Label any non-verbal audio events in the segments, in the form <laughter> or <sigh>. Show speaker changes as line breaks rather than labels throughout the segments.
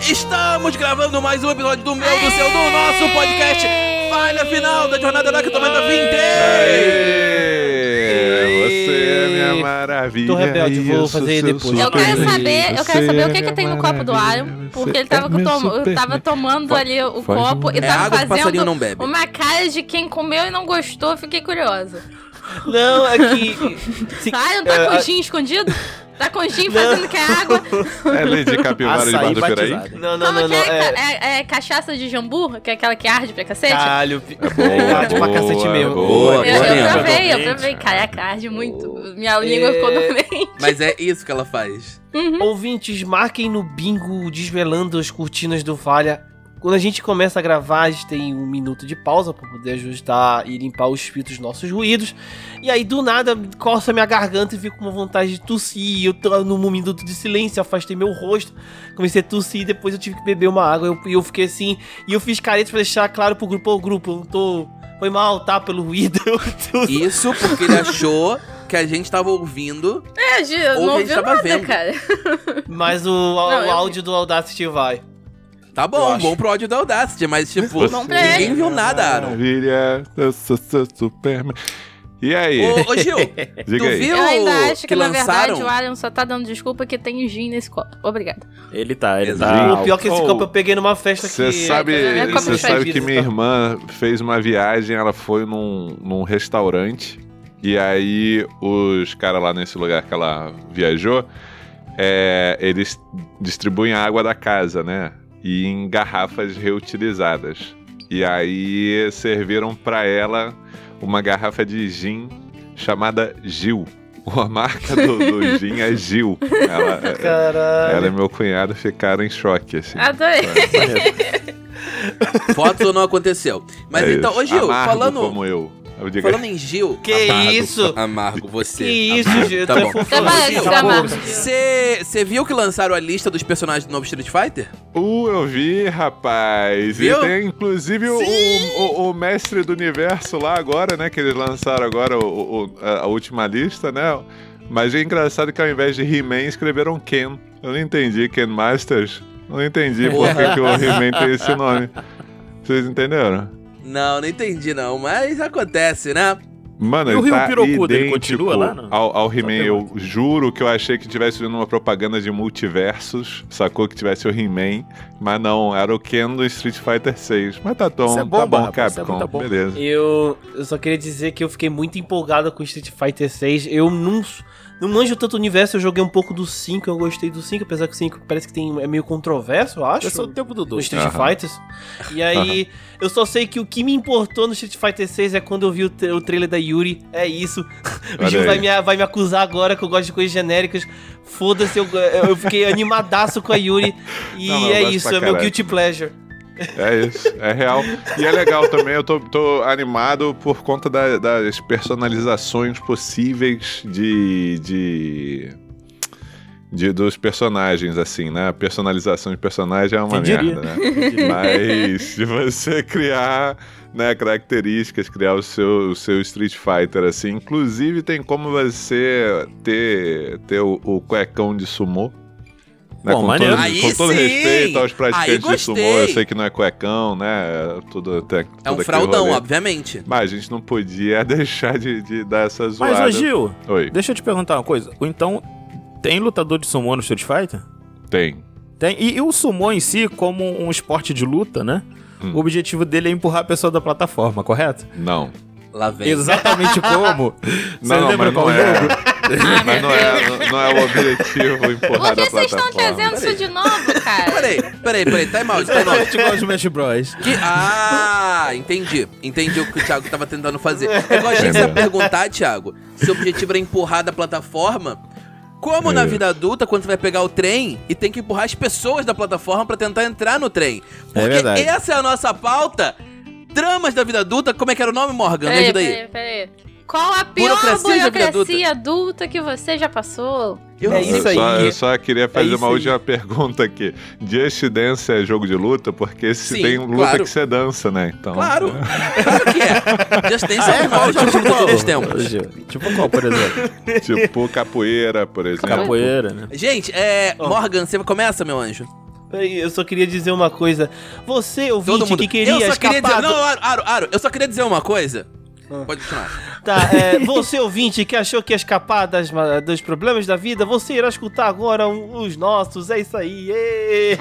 Estamos gravando mais um episódio do meu, do seu, do nosso podcast. Falha final da jornada da Catamata 20!
Aê! Você é minha maravilha.
Tô rebelde, vou fazer depois.
Eu quero
Super
saber, eu
é Você
quero saber
é
o que, que
minha
tem no copo do
maravilha,
Aaron,
você
porque ele
é
tava, com
meu
tom- eu
super-
tava tomando
Fa-
ali o
faz
copo
um-
e
É
tava
água que passarinho
fazendo
não bebe.
uma cara de quem comeu e não gostou, fiquei curiosa.
Não, é que. se-
Ah, não tá
é,
com
a-
o gin escondido? Tá com o gin fazendo que é água?
É Lady Capivara de
Açaí
Bardo Peraí.
batizado.
Não, não,
Como
não,
que
não.
é, ca-
É.
é- é cachaça de jambu? Que é aquela que arde pra cacete?
Caralho, <laughs>
Boa,
pra cacete
boa,
mesmo.
boa,
eu,
boa
eu
lembra.
provei, eu provei. Caraca, arde muito. Minha língua ficou dormente.
Mas é isso que ela faz.
Ouvintes, marquem no bingo desvelando as cortinas do Falha. Quando a gente começa a gravar, a gente tem um minuto de pausa pra poder ajustar e limpar os fitos dos nossos ruídos. E aí, do nada, coça minha garganta e fico com uma vontade de tossir. Eu tô num minuto de silêncio, afastei meu rosto, comecei a tossir e depois eu tive que beber uma água. E eu, e eu fiquei assim, e eu fiz careta pra deixar claro pro grupo, ô grupo, eu não tô... Foi mal, tá? Pelo ruído. <laughs> Eu tô...
Isso porque ele achou que a gente tava ouvindo.
É, Gi, <laughs> eu
Ou
não
que a gente
ouvi
tava
nada,
vendo.
cara.
Mas o,
Não,
o
eu-
áudio do Audacity vai.
Tá
Eu
bom,
acho.
bom pro áudio da Audacity, mas tipo,
Você
Bom pra ele.
ninguém viu nada, Aaron.
Maravilha, eu sou, sou Superman. E aí?
<laughs> Ô, ô Gil, tu
Diga aí.
viu
Eu ainda acho que,
que
na
lançaram?
verdade o Aaron só tá dando desculpa que tem gin nesse copo. Obrigada.
Ele tá, ele
Exato.
tá.
O pior que esse
Oh.
copo eu peguei numa festa que...
Você sabe,
é como
você
os
sabe que
pedidos,
minha
tá?
irmã fez uma viagem, ela foi num, num restaurante, e aí os caras lá nesse lugar que ela viajou, é, eles distribuem a água da casa, né? E em garrafas reutilizadas. E aí serviram pra ela uma garrafa de gin chamada Gil. A <laughs> marca do, do gin é Gil. Ela,
Caralho.
ela e meu cunhado ficaram em choque, assim.
Adorei.
Foto não aconteceu. Mas
É
então,
isso.
ô Gil,
Amargo
falando,
como eu. Eu digo,
falando em Gil.
Que
Amargo.
isso?
Amargo, você.
Que isso,
amargo.
Gil,
Tá
tu é
bom.
fofão.
Até parece
Cala a boca.
amargo.
Você viu que lançaram a lista dos personagens do novo Street Fighter?
Uh, eu vi, rapaz.
Viu?
E tem inclusive o, o- o mestre do universo lá agora, né? Que eles lançaram agora o- o- a a última lista, né? Mas é engraçado que ao invés de He-Man escreveram Ken. Eu não entendi, Ken Masters. Eu Não entendi por que, que o He-Man tem esse nome. Vocês entenderam?
Não, não entendi não, mas acontece, né?
Mano,
E o
ele
Rio
tá
Pirocudo, ele
idêntico
continua lá, não?
Ao, ao He-Man,
Só um.
eu juro que eu achei que tivesse vindo uma propaganda de multiversos, sacou que tivesse o He-Man, mas não, era o Ken do Street Fighter 6. Mas tá, tom,
Isso é
tá
bomba,
bom,
rapaz, isso é
Capcom,
muito bom.
beleza.
Eu, eu só queria dizer que eu fiquei muito empolgado com Street Fighter 6. Eu não, não manjo tanto o universo, eu joguei um pouco do 5, eu gostei do 5, apesar que o 5 parece que tem, é meio controverso, eu acho.
Eu sou do tempo do
no
dois.
Street
Aham.
Fighters. E aí, eu só sei que o que me importou no Street Fighter 6 é quando eu vi o, tra- o trailer da Yuri. É isso. <laughs> O
Olha
Gil
aí.
vai me, vai me acusar agora que eu gosto de coisas genéricas. Foda-se, eu, eu fiquei animadaço com a Yuri. E
Não, não, eu
é
gosto
isso,
pra
é meu
caralho.
guilty pleasure.
É isso, é real. E é legal também, eu tô, tô animado por conta da- das personalizações possíveis de. de. de- dos personagens, assim, né? A personalização de personagem é uma
Quem diria? <laughs>
merda, né? Mas se você criar né, características, criar o seu, o seu Street Fighter, assim, inclusive tem como você ter, ter o, o cuecão de sumô. Né,
Pô,
com,
maneiro.
todo,
Aí
com todo
sim!
respeito aos
Aí
praticantes de
gostei.
sumô, eu sei que não é cuecão, né? Tudo, tem,
É um
tudo aquele
fraudão,
rolê.
obviamente.
Mas a gente não podia <laughs> deixar de, de dar essa zoada.
Mas, ô Gil,
Oi,
deixa eu te perguntar uma coisa. Ou Então, tem lutador de sumô no Street Fighter?
tem.
Tem. E, e o sumô em si, como um esporte de luta, né?
Hum.
O objetivo dele é empurrar a pessoa da plataforma, correto?
Não.
Lá vem.
<laughs>
Exatamente como. Você
não,
lembra
mas
qual
não é.
jogo?
mas não é, não é o objetivo empurrar
Por
da
que vocês
plataforma.
estão trazendo isso de novo,
<laughs>
cara?
Peraí, peraí, peraí, tá time out, time out.
Exatamente é tipo igual ao Smash
É
Bros.
Que- Ah, entendi. Entendi o que o Thiago tava tentando fazer. Eu achei que você ia
Entendeu?
perguntar, Thiago, se o objetivo era empurrar da plataforma. Como na
É.
vida adulta, quando você vai pegar o trem e tem que empurrar as pessoas da plataforma pra tentar entrar no trem.
É
Porque
verdade.
essa é a nossa pauta. Dramas da vida adulta, como é que era o nome, Morgan? Me
Peraí,
ajuda aí.
peraí, peraí. Qual a pior
Burocracia
burocracia,
de vida
adulta que você já passou?
Eu
É
não sei.
isso
eu, só,
aí.
eu só queria fazer
isso
uma
aí.
última pergunta aqui. Just Dance é jogo de luta? Porque se
Sim,
tem luta
claro.
que você dança, né? Então,
Claro, claro que é. Just Dance é o maior jogo de luta de todos os tempos.
Gil, Tipo qual, por exemplo?
Tipo né? capoeira, por exemplo.
Capoeira, né?
Gente, é,
Ó.
Morgan, você começa, meu anjo?
Peraí, É, eu só queria dizer uma coisa. Você, ouvinte,
Todo mundo.
que queria
eu só
escapar...
queria dizer.
do-
Não, Aro, Aro, Aro, eu só queria dizer uma coisa.
Ah.
Pode continuar. <laughs>
Tá, é, você ouvinte que achou que ia escapar das, ma- dos problemas da vida, você irá escutar agora um- os nossos, é isso aí. ê!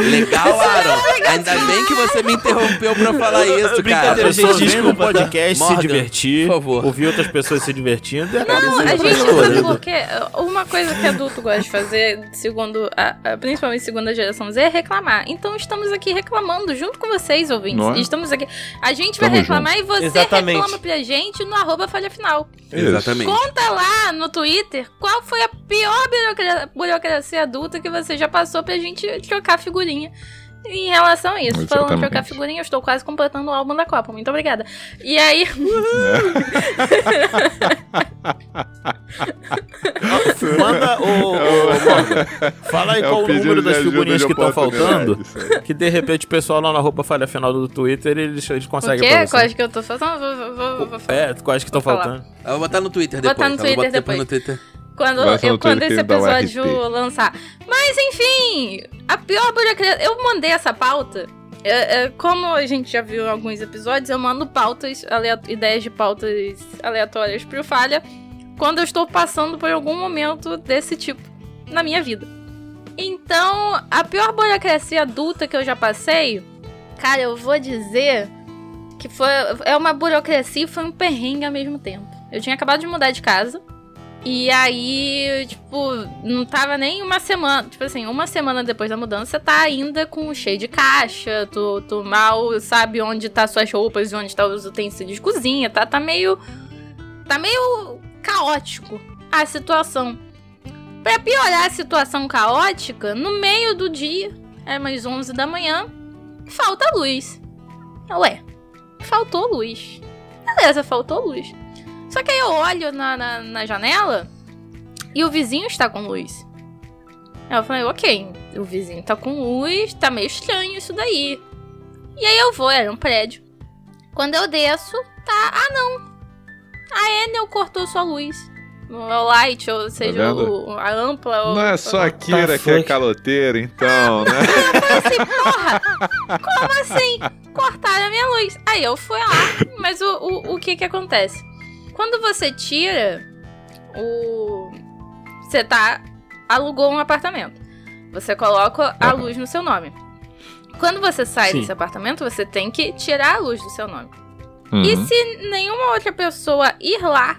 Legal,
é
Aro. Ainda bem que você me interrompeu pra
<laughs>
falar isso,
É,
A
cara.
Brincadeira,
pessoa
gente,
vem no
desculpa, tá?
podcast
Morgan,
se divertir,
por favor.
ouvir outras pessoas se divertindo. é e acaba
Não,
sendo
a gente, sabe
prazeroso.
por quê? Uma coisa que adulto gosta de fazer, segundo a, a- principalmente segundo a geração Z, é reclamar. Então estamos aqui reclamando junto com vocês, ouvintes.
Não é?
Estamos aqui. A gente vai
Tamo
reclamar e você
Exatamente.
reclama pra gente no arroba falha final.
Exatamente.
Conta lá no Twitter qual foi a pior burocra- burocracia adulta que você já passou pra gente trocar figurinha. Em relação a isso, falando em
Exatamente.
trocar figurinha, eu estou quase completando o álbum da Copa. Muito obrigada. E aí,
Manda o. Fala aí
É
qual o
pedido
número
de
das
ajuda
figurinhas
de
que estão
oportunidade,
faltando.
isso aí.
Que de repente o pessoal lá na roupa falha final do Twitter, eles, eles
o
conseguem
quê?
pra
Quais
você.
que eu tô falando? Vou, vou, vou, vou falar.
É, quais que estão
Vou falar.
faltando?
Eu vou botar no Twitter
Botar
depois.
no
tá?
Twitter
eu vou botar depois no
depois.
Twitter.
Quando,
Vai só no
eu, quando
Twitter
esse
que dá um
episódio
RT.
lançar. Mas enfim, a pior burocracia. Eu mandei essa pauta. é, é, como a gente já viu em alguns episódios, eu mando pautas, alea- ideias de pautas aleatórias pro Falha quando eu estou passando por algum momento desse tipo na minha vida. Então, a pior burocracia adulta que eu já passei, cara, eu vou dizer que foi é uma burocracia e foi um perrengue ao mesmo tempo. Eu tinha acabado de mudar de casa. E aí, eu, tipo, não tava nem uma semana. Tipo assim, uma semana depois da mudança, você tá ainda com cheio de caixa. Tu, tu mal sabe onde tá suas roupas e onde tá os utensílios de cozinha, tá? Tá meio. Tá meio caótico a situação. Pra piorar a situação caótica, no meio do dia, é mais 11 da manhã, falta luz. Ué, faltou luz. Beleza, faltou luz. Só que aí eu olho na, na, na janela e o vizinho está com luz. Aí eu falei, ok, o vizinho tá com luz, tá meio estranho isso daí. E aí eu vou, era um prédio. Quando eu desço, tá. Ah não! A Enel cortou sua luz. O light, ou seja,
Tá vendo?
o- a ampla. ou-
Não é só a Kira que é
fuck?
caloteira, então, né?
assim, porra, como assim? Cortaram a minha luz. Aí eu fui lá, mas o, o, o que que acontece? Quando você tira o... Você tá... Alugou um apartamento. Você coloca a
Aham.
luz no seu nome. Quando você sai
Sim.
desse apartamento, você tem que tirar a luz do seu nome. E
Uhum.
se nenhuma outra pessoa ir lá,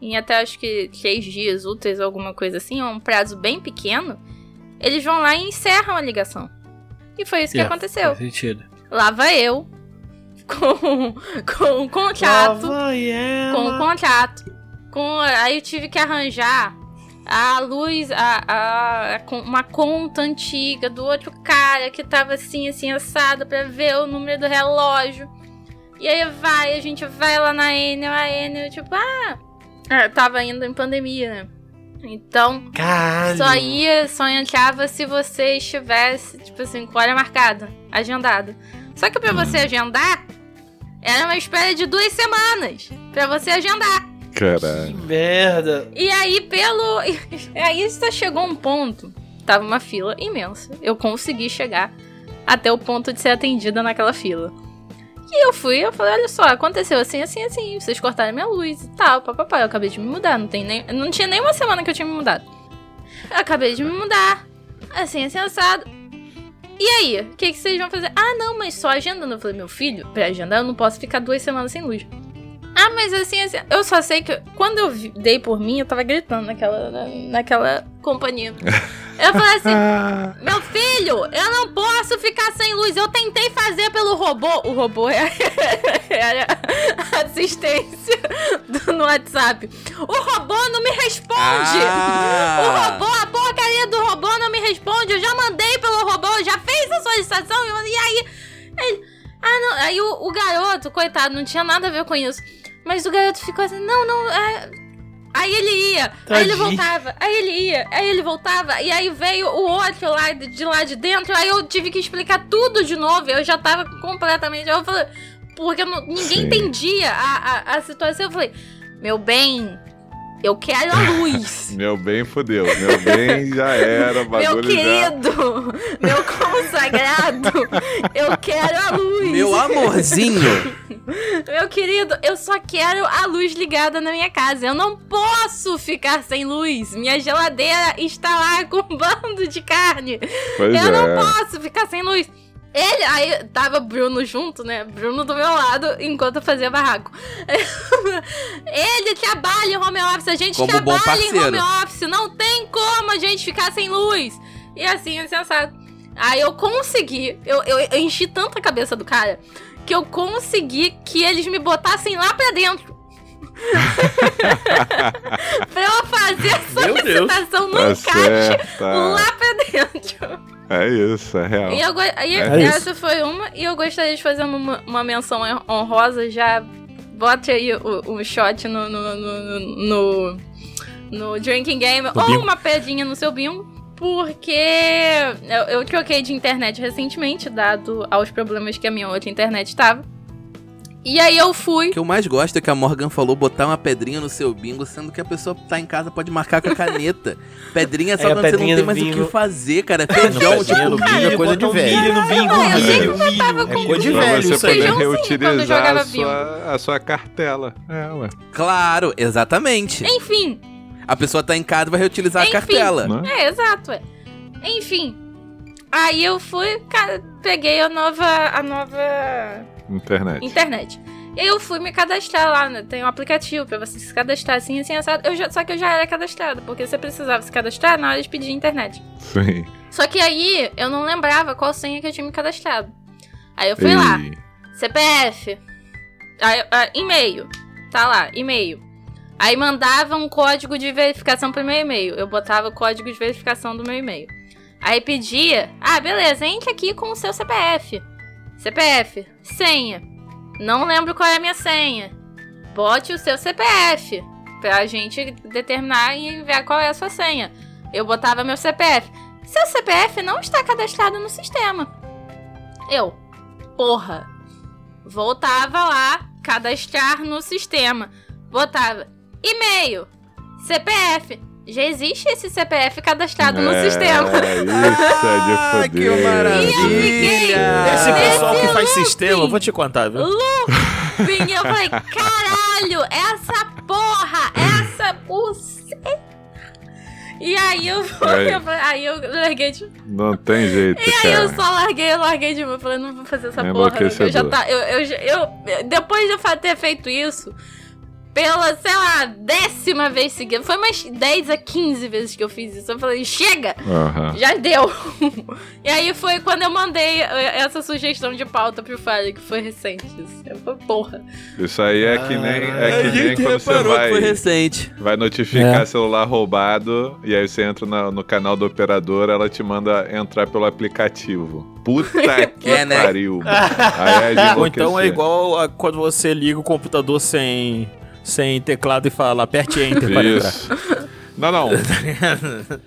em até acho que três dias úteis, alguma coisa assim, ou um prazo bem pequeno, eles vão lá e encerram a ligação. E foi isso que
É,
aconteceu.
sentido.
Lá vai eu, <laughs> com, com um contrato, com um contrato, com, aí eu tive que arranjar a luz, a, a- a con- uma conta antiga do outro cara que tava assim, assim, assado pra ver o número do relógio. E aí vai, a gente vai lá na Enel, a Enel, tipo, ah, é, tava ainda em pandemia, né? Então,
Caralho.
só ia, só entrava se você estivesse, tipo assim, com hora marcada, agendada. Só que pra você agendar, era uma espera de duas semanas pra você agendar.
Que
Caralho.
merda.
E aí, pelo. <laughs> aí só chegou um ponto. Tava uma fila imensa. Eu consegui chegar até o ponto de ser atendida naquela fila. E eu fui, eu falei, olha só, aconteceu assim, assim, assim, vocês cortaram minha luz e tal, papapá, eu acabei de me mudar, não, tem nem, não tinha nem uma semana que eu tinha me mudado. Eu acabei de me mudar, assim, assim, assado. E aí, o que, que vocês vão fazer? Ah, não, mas só agendando. Eu falei, meu filho, pra agendar eu não posso ficar duas semanas sem luz. Ah, mas assim, assim, eu só sei que quando eu vi- dei por mim, eu tava gritando naquela, na- naquela companhia. Eu falei assim,
Ah,
meu filho, eu não posso ficar sem luz. Eu tentei fazer pelo robô. O robô <laughs> é- era a assistência do, no WhatsApp. O robô não me responde. O
Ah.
robô, a porcaria do robô não me responde. Eu já mandei pelo robô, eu já fez a solicitação. E e aí. ele- ah, não. Aí o, o garoto, coitado, não tinha nada a ver com isso. Mas o garoto ficou assim: não, não. é- Aí ele ia, aí ele
Tadinho.
voltava, aí ele ia, aí ele voltava, e aí veio o outro lá de, de lá de dentro, aí eu tive que explicar tudo de novo, eu já tava completamente. Eu falei, porque eu não- ninguém
Sim.
entendia a, a, a situação. Eu falei, meu bem, Eu quero a luz.
Meu bem fudeu. Meu bem já era. <laughs>
meu
o Bagulho já...
querido, meu consagrado, eu quero
<laughs>
a luz.
Meu
<laughs>
amorzinho.
Meu querido, eu só quero a luz ligada na minha casa. Eu não posso ficar sem luz. Minha geladeira está lá <laughs> com um bando de carne.
Pois
eu
é.
não posso ficar sem luz. Ele, aí tava Bruno junto, né? Bruno do meu lado enquanto eu fazia barraco. <laughs> Ele trabalha em home office, a gente
Como bom
trabalha em
parceiro.
home office, não tem como a gente ficar sem luz. E assim, insensato. Aí eu consegui, eu, eu, eu enchi tanto a cabeça do cara que eu consegui que eles me botassem lá pra dentro. <laughs> pra eu fazer a
Meu Deus.
solicitação no
Tá
encaixe
certa.
lá pra dentro.
É isso, é real.
E eu go- aí
É
isso.
essa foi uma, e eu gostaria de fazer uma, uma menção honrosa, já bote aí o, o shot no, no, no, no- no- no drinking game, ou
bingo.
uma pedinha no seu bingo, porque eu, eu troquei de internet recentemente, dado aos problemas que a minha outra internet estava. E aí eu fui
O que eu mais gosto é que a Morgan falou botar uma pedrinha no seu bingo, sendo que a pessoa que tá em casa pode marcar com a
<laughs>
caneta. Pedrinha é só
É, a
quando você não
pedrinha
tem
do
mais o
bingo.
que fazer, cara. Feijão,
pedrinha
tipo,
do bingo é coisa de velho.
no bingo,
Não, eu
um milho,
sempre
milho.
tava
É
com um
coisa de
Pra
velho
você
isso aí. né?
poder
Feijãozinho quando
reutilizar
jogava
a sua, a sua cartela. É, ué.
claro, exatamente.
Enfim,
A pessoa tá em casa e vai reutilizar
Enfim.
a cartela.
Né?
É, exato. é. Enfim. Aí eu fui, cara, peguei a nova, a nova
Internet.
internet. E aí eu fui me cadastrar lá, né? Tem um aplicativo pra você se cadastrar assim, assim, assado. Eu já, só que eu já era cadastrada, porque você precisava se cadastrar na hora de pedir internet.
Sim.
Só que aí eu não lembrava qual senha que eu tinha me cadastrado. Aí eu fui lá.
E-
CPF. Aí, ah, e-mail. Tá lá, e-mail. Aí mandava um código de verificação pro meu e-mail. Eu botava o código de verificação do meu e-mail. Aí pedia. Ah, beleza, entre aqui com o seu CPF. CPF, senha. Não lembro qual é a minha senha. Bote o seu CPF. Pra gente determinar e enviar qual é a sua senha. Eu botava meu CPF. Seu CPF não está cadastrado no sistema. Eu. Porra voltava lá, cadastrar no sistema. Botava e-mail, CPF. Já existe esse CPF cadastrado no
É,
sistema. Ah, <laughs>
Isso é de
que
foder.
maravilha!
Esse
Ah,
pessoal que
esse
faz
looping.
sistema, eu vou te contar, viu?
Looping! Eu falei, caralho, essa porra, essa buceta. E aí eu,
Aí.
eu falei- aí eu larguei de
Não tem jeito,
Aí eu
cara.
só larguei, eu larguei de mão. Eu Falei, não vou fazer essa
É
porra. Eu já
enlouquecedor.
tá, eu, eu, já- eu- depois de eu fa- ter feito isso, pela, sei lá, décima vez seguida, foi umas 10 a 15 vezes que eu fiz isso. Eu falei, chega!
Aham.
Já deu! <laughs> e aí foi quando eu mandei eh, essa sugestão de pauta pro Fábio, que foi recente. Isso. Eu falei, porra.
Isso aí é que nem, é que
A
nem
gente
quando você
reparou que foi
vai,
recente.
vai notificar
É.
celular roubado e aí você entra na- no canal da operadora, ela te manda entrar pelo aplicativo. Puta que
<laughs> É, né? <laughs>
pariu. Aí é de
Ou então é
enlouquecer.
igual a quando você liga o computador sem, sem teclado e fala, aperte Enter para entrar. Tá
Isso. Não,
<laughs>
não.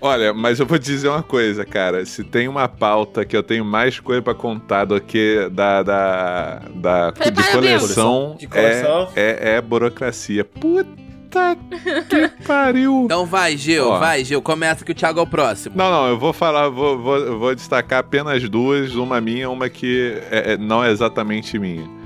Olha, mas eu vou te dizer uma coisa, cara. Se tem uma pauta que eu tenho mais coisa pra contar do que da, da, da
Prepara
de
mesmo.
coleção,
De coleção.
É, é, é burocracia. Puta
<laughs>
que pariu.
Então vai, Gil,
Ó.
vai, Gil. Começa que o Thiago é o próximo.
Não, não, eu vou falar, vou, vou, eu vou destacar apenas duas, uma minha, uma que é- é- não é exatamente minha.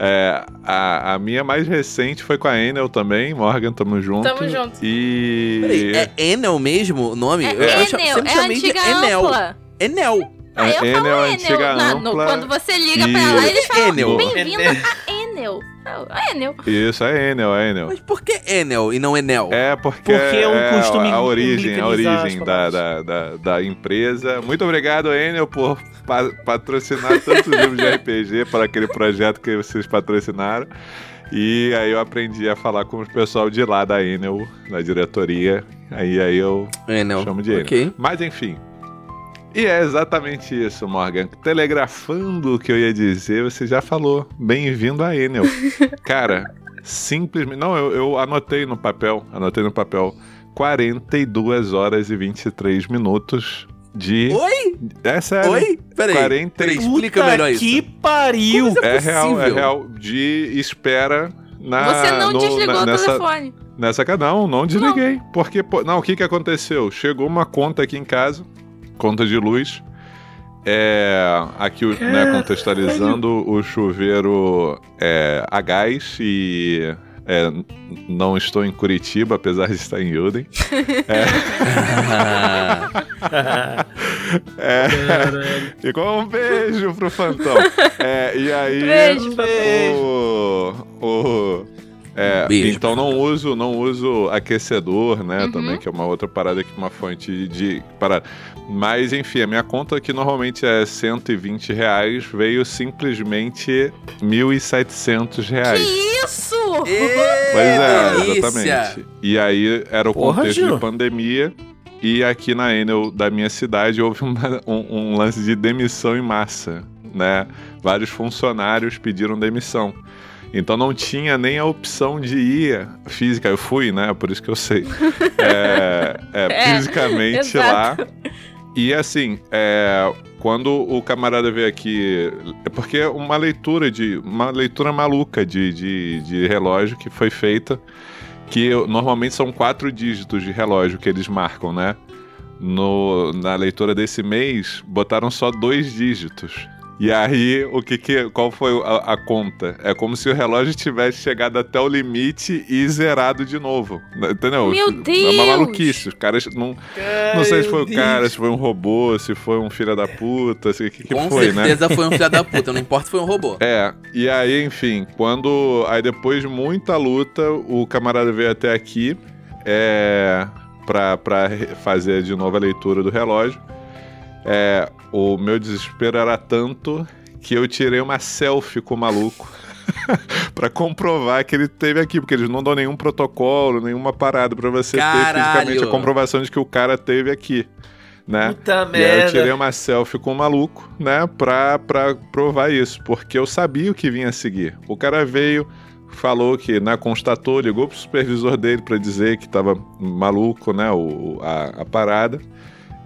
É, a, a minha mais recente foi com a Enel também, Morgan, tamo junto.
Tamo junto.
E.
Peraí, é Enel mesmo o nome?
É,
eu, eu cha-
Enel,
sempre
é a
chamei de
antiga
Enel. Ah,
ampla.
Enel.
Aí eu
Enel,
falo
a antiga
Enel. Na- no-
ampla.
quando você liga pra
e-
lá, eles falam,
Enel.
bem-vindo a Enel. Ah, Enel.
Isso, é Enel, é Enel.
Mas por que Enel e não Enel?
É porque,
Porque é um
é
costume
a origem, a
anglicanizar
origem
as
da,
palavras.
da, da, da empresa. Muito obrigado, Enel, por pa- patrocinar tantos livros de RPG para aquele projeto que vocês patrocinaram. E aí eu aprendi a falar com o pessoal de lá da Enel, na diretoria. Aí aí eu
Enel.
chamo É, de Enel.
Ok.
Mas enfim. E é exatamente isso, Morgan. Telegrafando o que eu ia dizer, você já falou. Bem-vindo a Enel. Cara, simplesmente. Não, eu, eu anotei no papel. Anotei no papel. 42 horas e 23 minutos de.
Oi?
É sério.
Oi? Peraí.
40
Peraí, explica
Puta
melhor
que
isso.
pariu!
É real, é
possível.
real. De espera na.
Você não
no-
Ah,
desligou
na-
o
nessa-
telefone.
Nessa casa. Não, não desliguei. Porque. pô, Não, o que, que aconteceu? Chegou uma conta aqui em casa, conta de luz. É. Aqui, o- né, contextualizando, o chuveiro é, a gás e. é, n- não estou em Curitiba, apesar de estar em Yuden. <laughs> É. Igual um beijo pro Fantão. É, e aí.
Beijo,
o, o, é,
Beijo.
Então não uso, não uso aquecedor, né?
Uhum.
Também, que é uma outra parada que uma fonte de parada. Mas enfim, a minha conta que normalmente é 120 reais veio simplesmente 1.700 reais.
Isso!
Pois é,
delícia!
exatamente. E aí era o
Porra,
contexto
Gil.
de pandemia. E aqui na Enel da minha cidade houve uma- um, um lance de demissão em massa, né? Vários funcionários pediram demissão. Então não tinha nem a opção de ir física. Eu fui, né? Por isso que eu sei. É, é,
É,
fisicamente lá.
<laughs> exato.
E assim, é, quando o camarada veio aqui. É porque uma leitura de. Uma leitura maluca de, de, de relógio que foi feita. Que eu- normalmente são quatro dígitos de relógio que eles marcam, né? No, na leitura desse mês, botaram só dois dígitos. E aí, o que que, qual foi a, a conta? É como se o relógio tivesse chegado até o limite e zerado de novo. né? Entendeu?
Meu
É uma
Deus!
maluquice. Os caras não, não sei se foi o cara, se foi um robô, se foi um filho da puta, se o que, que
Com
foi, né?
certeza foi um filho da puta, não importa se foi um robô.
É, e aí, enfim, quando. Aí depois de muita luta, o camarada veio até aqui é, pra, pra re- fazer de novo a leitura do relógio. É, o meu desespero era tanto que eu tirei uma selfie com o maluco. <laughs> pra comprovar que ele teve aqui, porque eles não dão nenhum protocolo, nenhuma parada pra você ter
Caralho!
fisicamente a comprovação de que o cara teve aqui, né?
Puta
E aí eu
merda.
tirei uma selfie com o maluco, né? Pra, pra provar isso, porque eu sabia o que vinha a seguir. O cara veio, falou que, né, constatou, ligou pro supervisor dele pra dizer que tava maluco, né? O, a, a parada.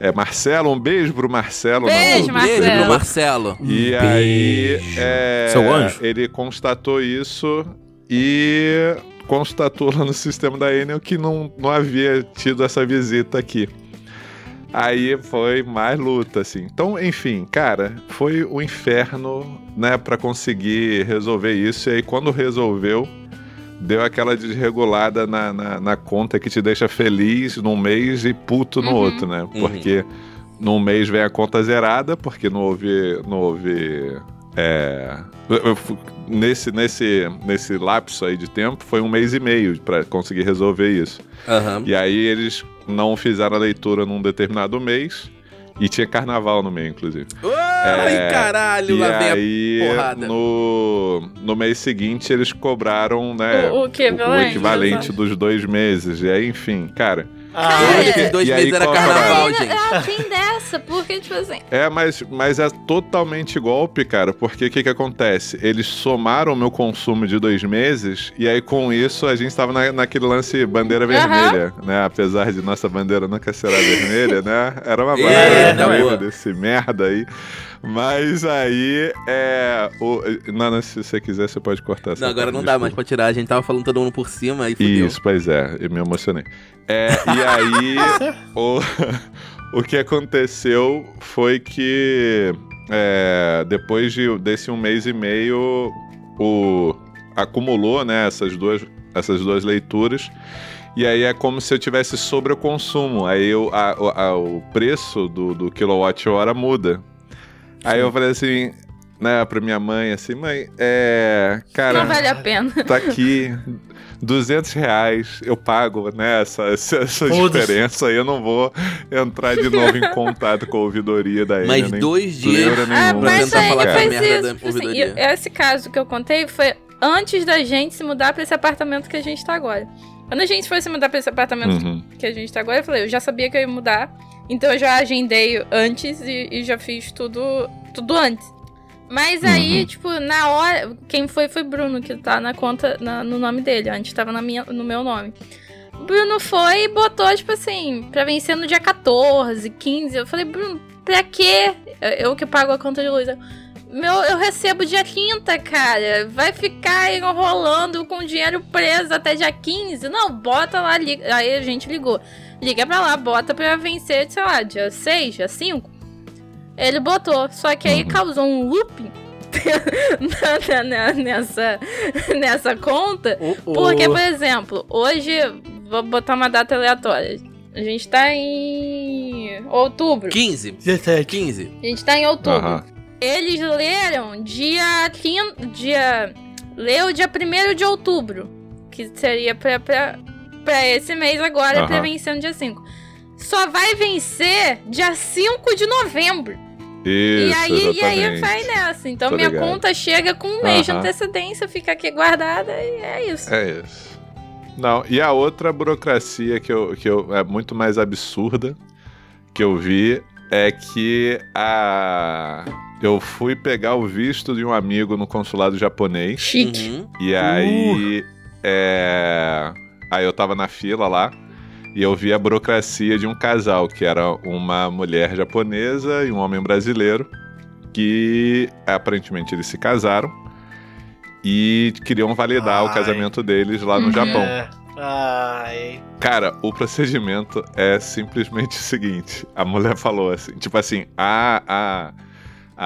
É, Marcelo, um beijo pro Marcelo. nosso
Beijo,
Um
ouvinte,
Beijo
Marcelo.
pro Marcelo.
E aí, é,
Seu anjo.
ele constatou isso e constatou lá no sistema da Enel que não, não havia tido essa visita aqui. Aí foi mais luta, assim. Então, enfim, cara, foi o inferno, né, pra conseguir resolver isso. E aí, quando resolveu, deu aquela desregulada na, na, na conta que te deixa feliz num mês e puto no
Uhum.
outro, né? Porque num mês vem a conta zerada, porque não houve. Não houve é, eu- eu fu- nesse, nesse, nesse lapso aí de tempo, foi um mês e meio pra conseguir resolver isso.
Aham.
E aí eles não fizeram a leitura num determinado mês. E tinha carnaval no meio, inclusive.
Ai,
É,
caralho,
e
lá vem a
aí,
porrada.
no, no mês seguinte, eles cobraram, né?
O- o que,
o, o
Valente?
equivalente
né,
dos dois meses. E aí, enfim, cara.
Ah,
Eu
é.
acho que os dois
E aí,
meses era
qual a
carnaval,
Ainda-
gente.
Ah, tem dessa, porque, tipo assim,
É, mas, mas é totalmente golpe, cara, porque o que, que acontece? Eles somaram o meu consumo de dois meses, e aí com isso a gente tava na, naquele lance bandeira
Aham.
vermelha, né? Apesar de nossa bandeira nunca será vermelha, né? Era uma bandeira
É,
não
boa.
lembro desse merda aí. Mas aí, é. O, Nana, se você quiser, você pode cortar essa
Não, agora
parte,
não dá
desculpa.
mais pra tirar. A gente tava falando todo mundo por cima e fudeu.
Isso, pois é, eu me emocionei. É, e aí, o, o que aconteceu foi que é, depois de, desse um mês e meio, o, acumulou né, essas, duas, essas duas leituras. E aí é como se eu tivesse sobreconsumo. Aí eu, a- o- a- o preço do, do quilowatt-hora muda. Aí eu falei assim, né, pra minha mãe, assim, mãe, é. Cara
não vale a pena.
tá aqui, 200 reais, eu pago, né, essa, essa, essa
Foda-se.
diferença aí, eu não vou entrar de novo em contato com a ouvidoria da
Mas
Enel, nem
dois dias.
zoeira
Ah,
nenhuma.
mas
tentar
aí
falar com a
faz
merda da
isso. Tipo assim,
ouvidoria.
e esse caso que eu contei foi antes da gente se mudar pra esse apartamento que a gente tá agora. Quando a gente foi se mudar pra esse apartamento
Uhum.
que a gente tá agora, eu falei, eu já sabia que eu ia mudar. Então eu já agendei antes e, e já fiz tudo, tudo antes. Mas aí,
Uhum.
tipo, na hora. Quem foi foi Bruno, que tá na conta, na- no nome dele. Antes tava na minha, no meu nome. Bruno foi e botou, tipo assim, pra vencer no dia 14, 15. Eu falei, Bruno, pra quê? Eu que pago a conta de luz. Meu, eu recebo dia 30, cara. Vai ficar enrolando com dinheiro preso até dia 15. Não, bota lá. Liga. Aí a gente ligou. Liga pra lá, bota pra vencer, sei lá, dia 6, dia 5. Ele botou. Só que aí causou um looping <laughs> na- na- na- nessa, nessa conta. Porque, por exemplo, hoje, vou botar uma data aleatória. A gente tá em outubro.
15. 15.
A gente tá em outubro.
Aham.
Eles leram dia 15, dia leu dia 1 de outubro, que seria pra, pra, pra esse mês agora,
Aham.
pra vencer no dia 5. Só vai vencer dia 5 de novembro.
Isso,
e aí e aí
exatamente.
vai nessa. Então
Tô
minha
ligado.
conta chega com um mês de
Aham.
antecedência, fica aqui guardada e é isso.
É isso. Não, e a outra burocracia que, eu, que eu, é muito mais absurda que eu vi é que a. Eu fui pegar o visto de um amigo no consulado japonês.
Chique.
Uhum.
E aí. É... Aí eu tava na fila lá e eu vi a burocracia de um casal, que era uma mulher japonesa e um homem brasileiro, que aparentemente eles se casaram e queriam validar o
Ai.
casamento deles lá no
Uhum.
Japão.
É. Ai.
Cara, o procedimento é simplesmente o seguinte: a mulher falou assim, tipo assim, a, a,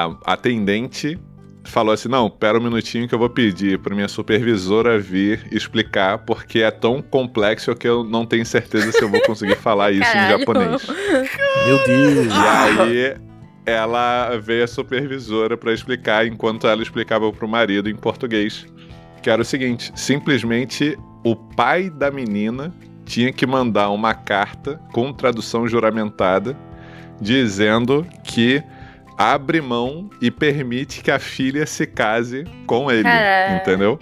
a atendente falou assim: não, pera um minutinho que eu vou pedir pra minha supervisora vir explicar, porque é tão complexo que eu não tenho certeza se eu vou conseguir falar isso
Caralho.
em japonês.
Meu Deus.
E aí ela veio a supervisora pra explicar, enquanto ela explicava pro marido em português, que era o seguinte: simplesmente o pai da menina tinha que mandar uma carta com tradução juramentada dizendo que abre mão e permite que a filha se case com ele,
Caraca.
entendeu?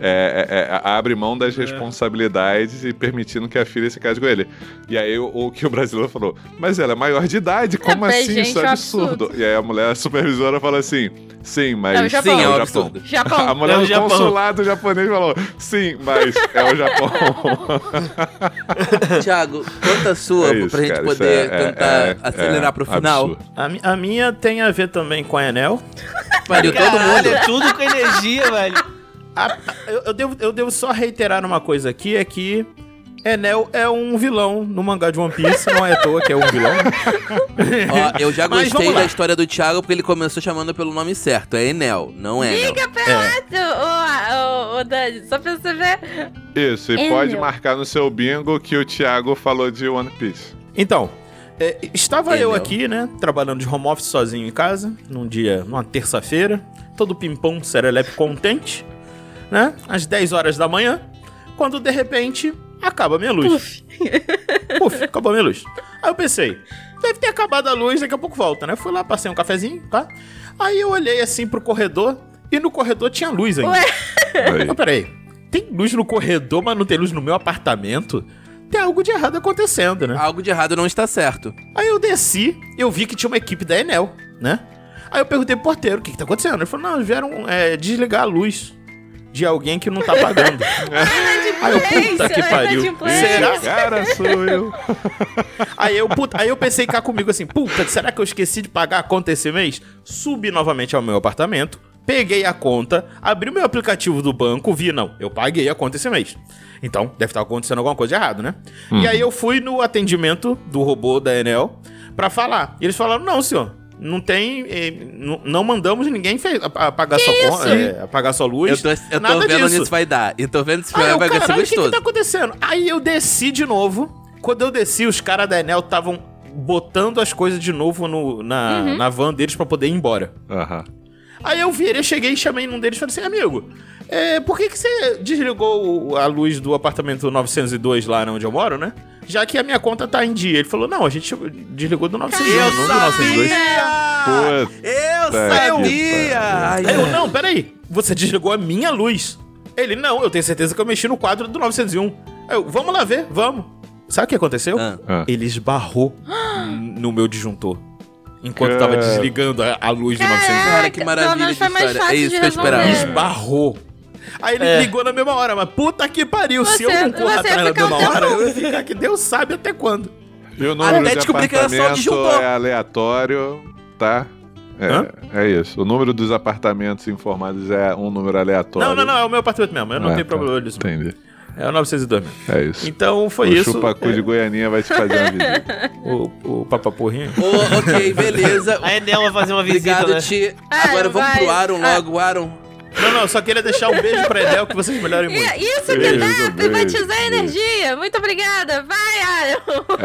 É, é, é, abre mão das
É.
responsabilidades e permitindo que a filha se case com ele. E aí o, o que o brasileiro falou, mas ela é maior de idade, como
pra
assim?
gente
Isso
é
é
um
absurdo. E aí a mulher a supervisora fala assim, sim, mas
É o Japão.
Sim, é
É
um
o
absurdo.
Japão.
<laughs> A mulher
É o
do
Japão.
consulado japonês falou, sim, mas é
<laughs>
o Japão.
Thiago, conta a sua
É isso,
pra gente
cara, isso
poder
é- é-
tentar
é-
acelerar
é
pro final.
absurdo.
A, mi- a minha tem a ver também com a Enel.
Pariu todo
Caralho,
mundo.
é tudo com energia, velho.
A- eu, eu devo, eu devo só reiterar uma coisa aqui, é que Enel é um vilão no mangá de One Piece, não é à toa que é um vilão.
Ó, eu já
Mas
gostei
vamos lá.
da história do Thiago porque ele começou chamando pelo nome certo. É Enel, não é Enel.
Liga pra lá, ô, ô, ô, Dani, só pra você ver.
Isso, e
É,
pode
meu.
marcar no seu bingo que o Thiago falou de One Piece.
Então, é, estava
Entendeu?
eu aqui, né, trabalhando de home office sozinho em casa, num dia, numa terça-feira, todo pimpão, serelepe contente, né, às 10 horas da manhã, quando de repente acaba a minha luz. <laughs> Puf, acabou a minha luz. Aí eu pensei, deve ter acabado a luz, daqui a pouco volta, né? Fui lá, passei um cafezinho, tá? Aí eu olhei assim pro corredor e no corredor tinha luz ainda.
Ué.
Aí.
Mas peraí, tem luz no corredor, mas não tem luz no meu apartamento? Tem algo de errado acontecendo, né?
Algo de errado não está certo.
Aí eu desci, eu vi que tinha uma equipe da Enel, né? Aí eu perguntei pro porteiro, o que que tá acontecendo? Ele falou, não, eles vieram é, desligar a luz de alguém que não tá pagando. Aí
É
eu, puta que
Inadimplência,
pariu.
inadimplência.
Será?
Cara, sou eu.
Aí eu, puta, aí eu pensei cá comigo assim, puta, será que eu esqueci de pagar a conta esse mês? Subi novamente ao meu apartamento, peguei a conta, abri o meu aplicativo do banco, vi, não, eu paguei a conta esse mês. Então, deve estar acontecendo alguma coisa de errado, né? E aí eu fui no atendimento do robô da Enel pra falar. E eles falaram, não, senhor. Não tem. eh, n- Não mandamos ninguém fe- a- a- apagar sua conta, é, apagar sua luz.
Eu tô, eu tô
nada
vendo onde
disso.
isso vai dar. Eu tô vendo se
Aí eu,
vai vai ser
caralho, o que que
gostoso.
tá acontecendo? Aí eu desci de novo. Quando eu desci, os caras da Enel estavam botando as coisas de novo no- na,
Uhum.
na van deles pra poder ir embora.
Aham.
Aí eu virei, cheguei e chamei um deles e falei assim, amigo, é, por que, que você desligou o- a luz do apartamento 902 lá onde eu moro, né? Já que a minha conta tá em dia. Ele falou, não, a gente desligou do 902, não do 902.
Puta.
Eu
que pariu.
Ai,
Aí eu, não, peraí, você desligou a minha luz. Ele, não, eu tenho certeza que eu mexi no quadro do 901. Aí eu, vamos lá ver, vamos. Sabe o que aconteceu?
Ah.
Ah.
Ele esbarrou no meu disjuntor. Enquanto tava
Cara.
desligando a, a luz do 901.
Cara, que
Pelo
maravilha
menos
de
foi mais
história. É
fácil
isso
de
que eu
resolver.
esperava.
Esbarrou. Aí ele ligou na mesma hora, mas puta que pariu, se eu
Você-
não correr
você ia
atrás na
ficar um
mesma
tempo-
hora, eu ia ficar que Deus sabe até quando.
E o número
Até
de
descobri que era só
apartamento
disjuntor.
é aleatório, tá?
Hã?
É, é isso. O número dos apartamentos informados é um número aleatório.
Não, não, não, é o meu apartamento mesmo. Eu não
Ah,
tenho
tá.
problema disso.
Entendi.
É o 902 mesmo.
É isso.
Então foi
o
isso.
chupacu de Goianinha vai te fazer uma visita.
O, o papapurrinho.
Ô, ok, beleza.
A Enel vai é fazer uma visita,
Obrigado,
né?
Ti.
Ah,
Agora vamos
vai.
pro Aaron
Ah.
logo, Aaron.
Não, não, só queria deixar um beijo pra Edel que vocês melhorem
<laughs>
muito.
E- É, Isso que
Beijo,
dá,
beijo,
privatizar a
beijo.
energia. Muito obrigada. Vai,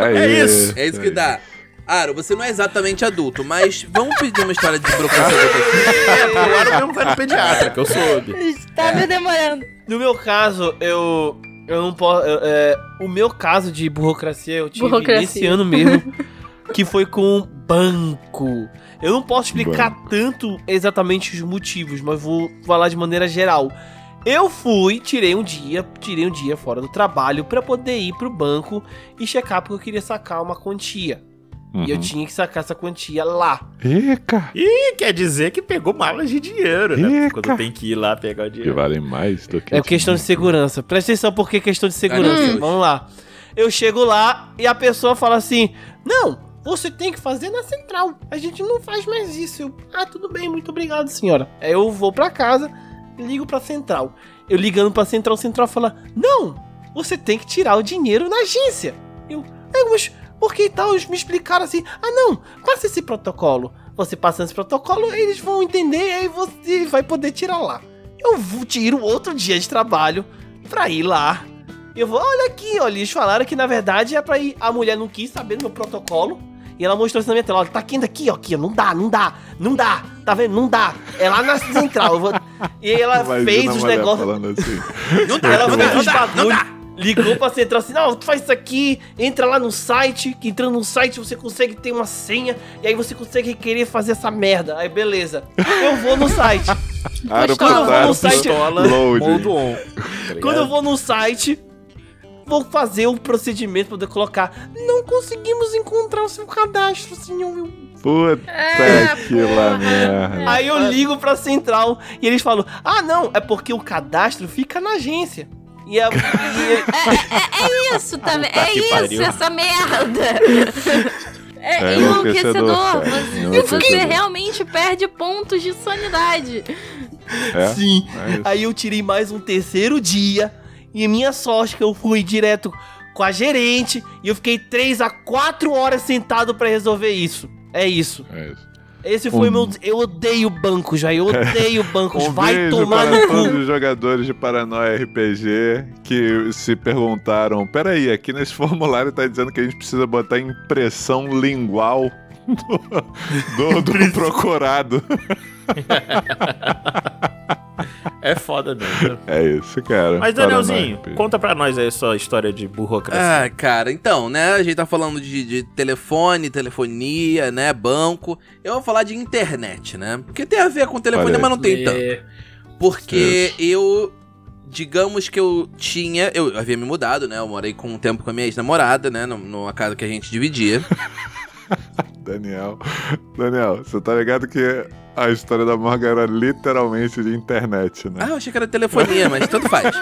Aaron. <laughs>
É isso.
É isso que dá. Aro, você não é exatamente adulto, mas vamos pedir uma história de desbloqueadora
<laughs>
aqui.
É, Agora mesmo vai no pediatra, que
<laughs>
eu soube.
Tá me demorando.
No meu caso, eu. Eu não posso. eu, é, o meu caso de burocracia eu tive
Burocracia.
nesse ano mesmo. <laughs> que foi com banco. Eu não posso explicar tanto exatamente os motivos, mas vou falar de maneira geral. Eu fui, tirei um dia, tirei um dia fora do trabalho pra poder ir pro banco e checar porque eu queria sacar uma quantia.
Uhum.
E eu tinha que sacar essa quantia lá.
Ih, cara.
E quer dizer que pegou malas de dinheiro, né? Porque
Eca.
Quando tem que ir lá pegar o
Que
dinheiro.
valem mais do que.
É questão de segurança. Presta atenção porque é questão de segurança.
Ai, meu Deus.
Vamos lá. Eu chego lá e a pessoa fala assim: Não, você tem que fazer na central. A gente não faz mais isso. Eu, ah, tudo bem, muito obrigado, senhora. Aí eu vou pra casa e ligo pra central. Eu ligando pra central, central fala: Não, você tem que tirar o dinheiro na agência. Eu, "Ah, mas por que tal? Eles me explicaram assim: Ah, não, passa esse protocolo. Você passa esse protocolo, eles vão entender e aí você vai poder tirar lá. Eu vou- tiro outro dia de trabalho pra ir lá. Eu vou, olha aqui, olha, eles falaram que na verdade é pra ir. A mulher não quis saber do meu protocolo. E ela mostrou isso na minha tela, olha, tá quente aqui, ó, aqui, ó, não dá, não dá, não dá, tá vendo? Não dá. É lá na central. eu vou- E aí ela
Imagina
fez
a
os
mulher
negócios.
falando assim.
Não dá,
Ela
não dá,
fez
não
uns
dá, não
bagulho,
dá.
ligou pra central assim, não, tu faz isso aqui, entra lá no site, que entrando no site você consegue ter uma senha, e aí você consegue querer fazer essa merda. Aí beleza, eu vou no site. Quando eu vou no
Aeroportário.
site,
Modo
Load.
on.
quando eu vou no site, vou fazer o procedimento pra poder colocar, não conseguimos encontrar o seu cadastro, senhor.
Puta
Ah,
que
porra.
lá
É,
merda.
Aí eu ligo pra central, e eles falam, ah não, é porque o cadastro fica na agência. E a, e- é,
Isso também.
Puta
É
que
isso,
pariu.
essa
<laughs>
merda. É,
É enlouquecedor,
enlouquecedor.
cara.
Você,
Enlouquecedor.
você realmente perde pontos de sanidade.
É?
Sim.
É isso.
Aí eu tirei mais um terceiro dia. E minha sorte que eu fui direto com a gerente. E eu fiquei 3 a 4 horas sentado pra resolver isso. É isso.
É isso.
Esse foi
Um-
meu. Eu odeio bancos, já. Eu
<laughs>
odeio bancos.
Um
Vai
beijo
tomar
para
no
todos
cu.
os jogadores de Paranoia RPG que se perguntaram: peraí, aqui nesse <laughs> formulário tá dizendo que a gente precisa botar impressão lingual <laughs> do, do, do procurado.
É foda mesmo.
É isso, cara.
Mas,
Paranoia
Danielzinho,
RPG.
conta pra nós aí a sua história de burocracia.
Ah, cara, então, né? A gente tá falando de, de telefone, telefonia, né? Banco. Eu vou falar de internet, né? Porque tem a ver com telefone,
Olha aí.
mas não tem
então.
tanto. Porque eu, digamos que eu tinha. Eu havia me mudado, né? Eu morei com um tempo com a minha ex-namorada, né? num- Numa casa que a gente dividia.
Daniel. Daniel, você tá ligado que a história da Morgan era literalmente de internet, né?
Ah, eu achei que era telefonia, mas tanto faz.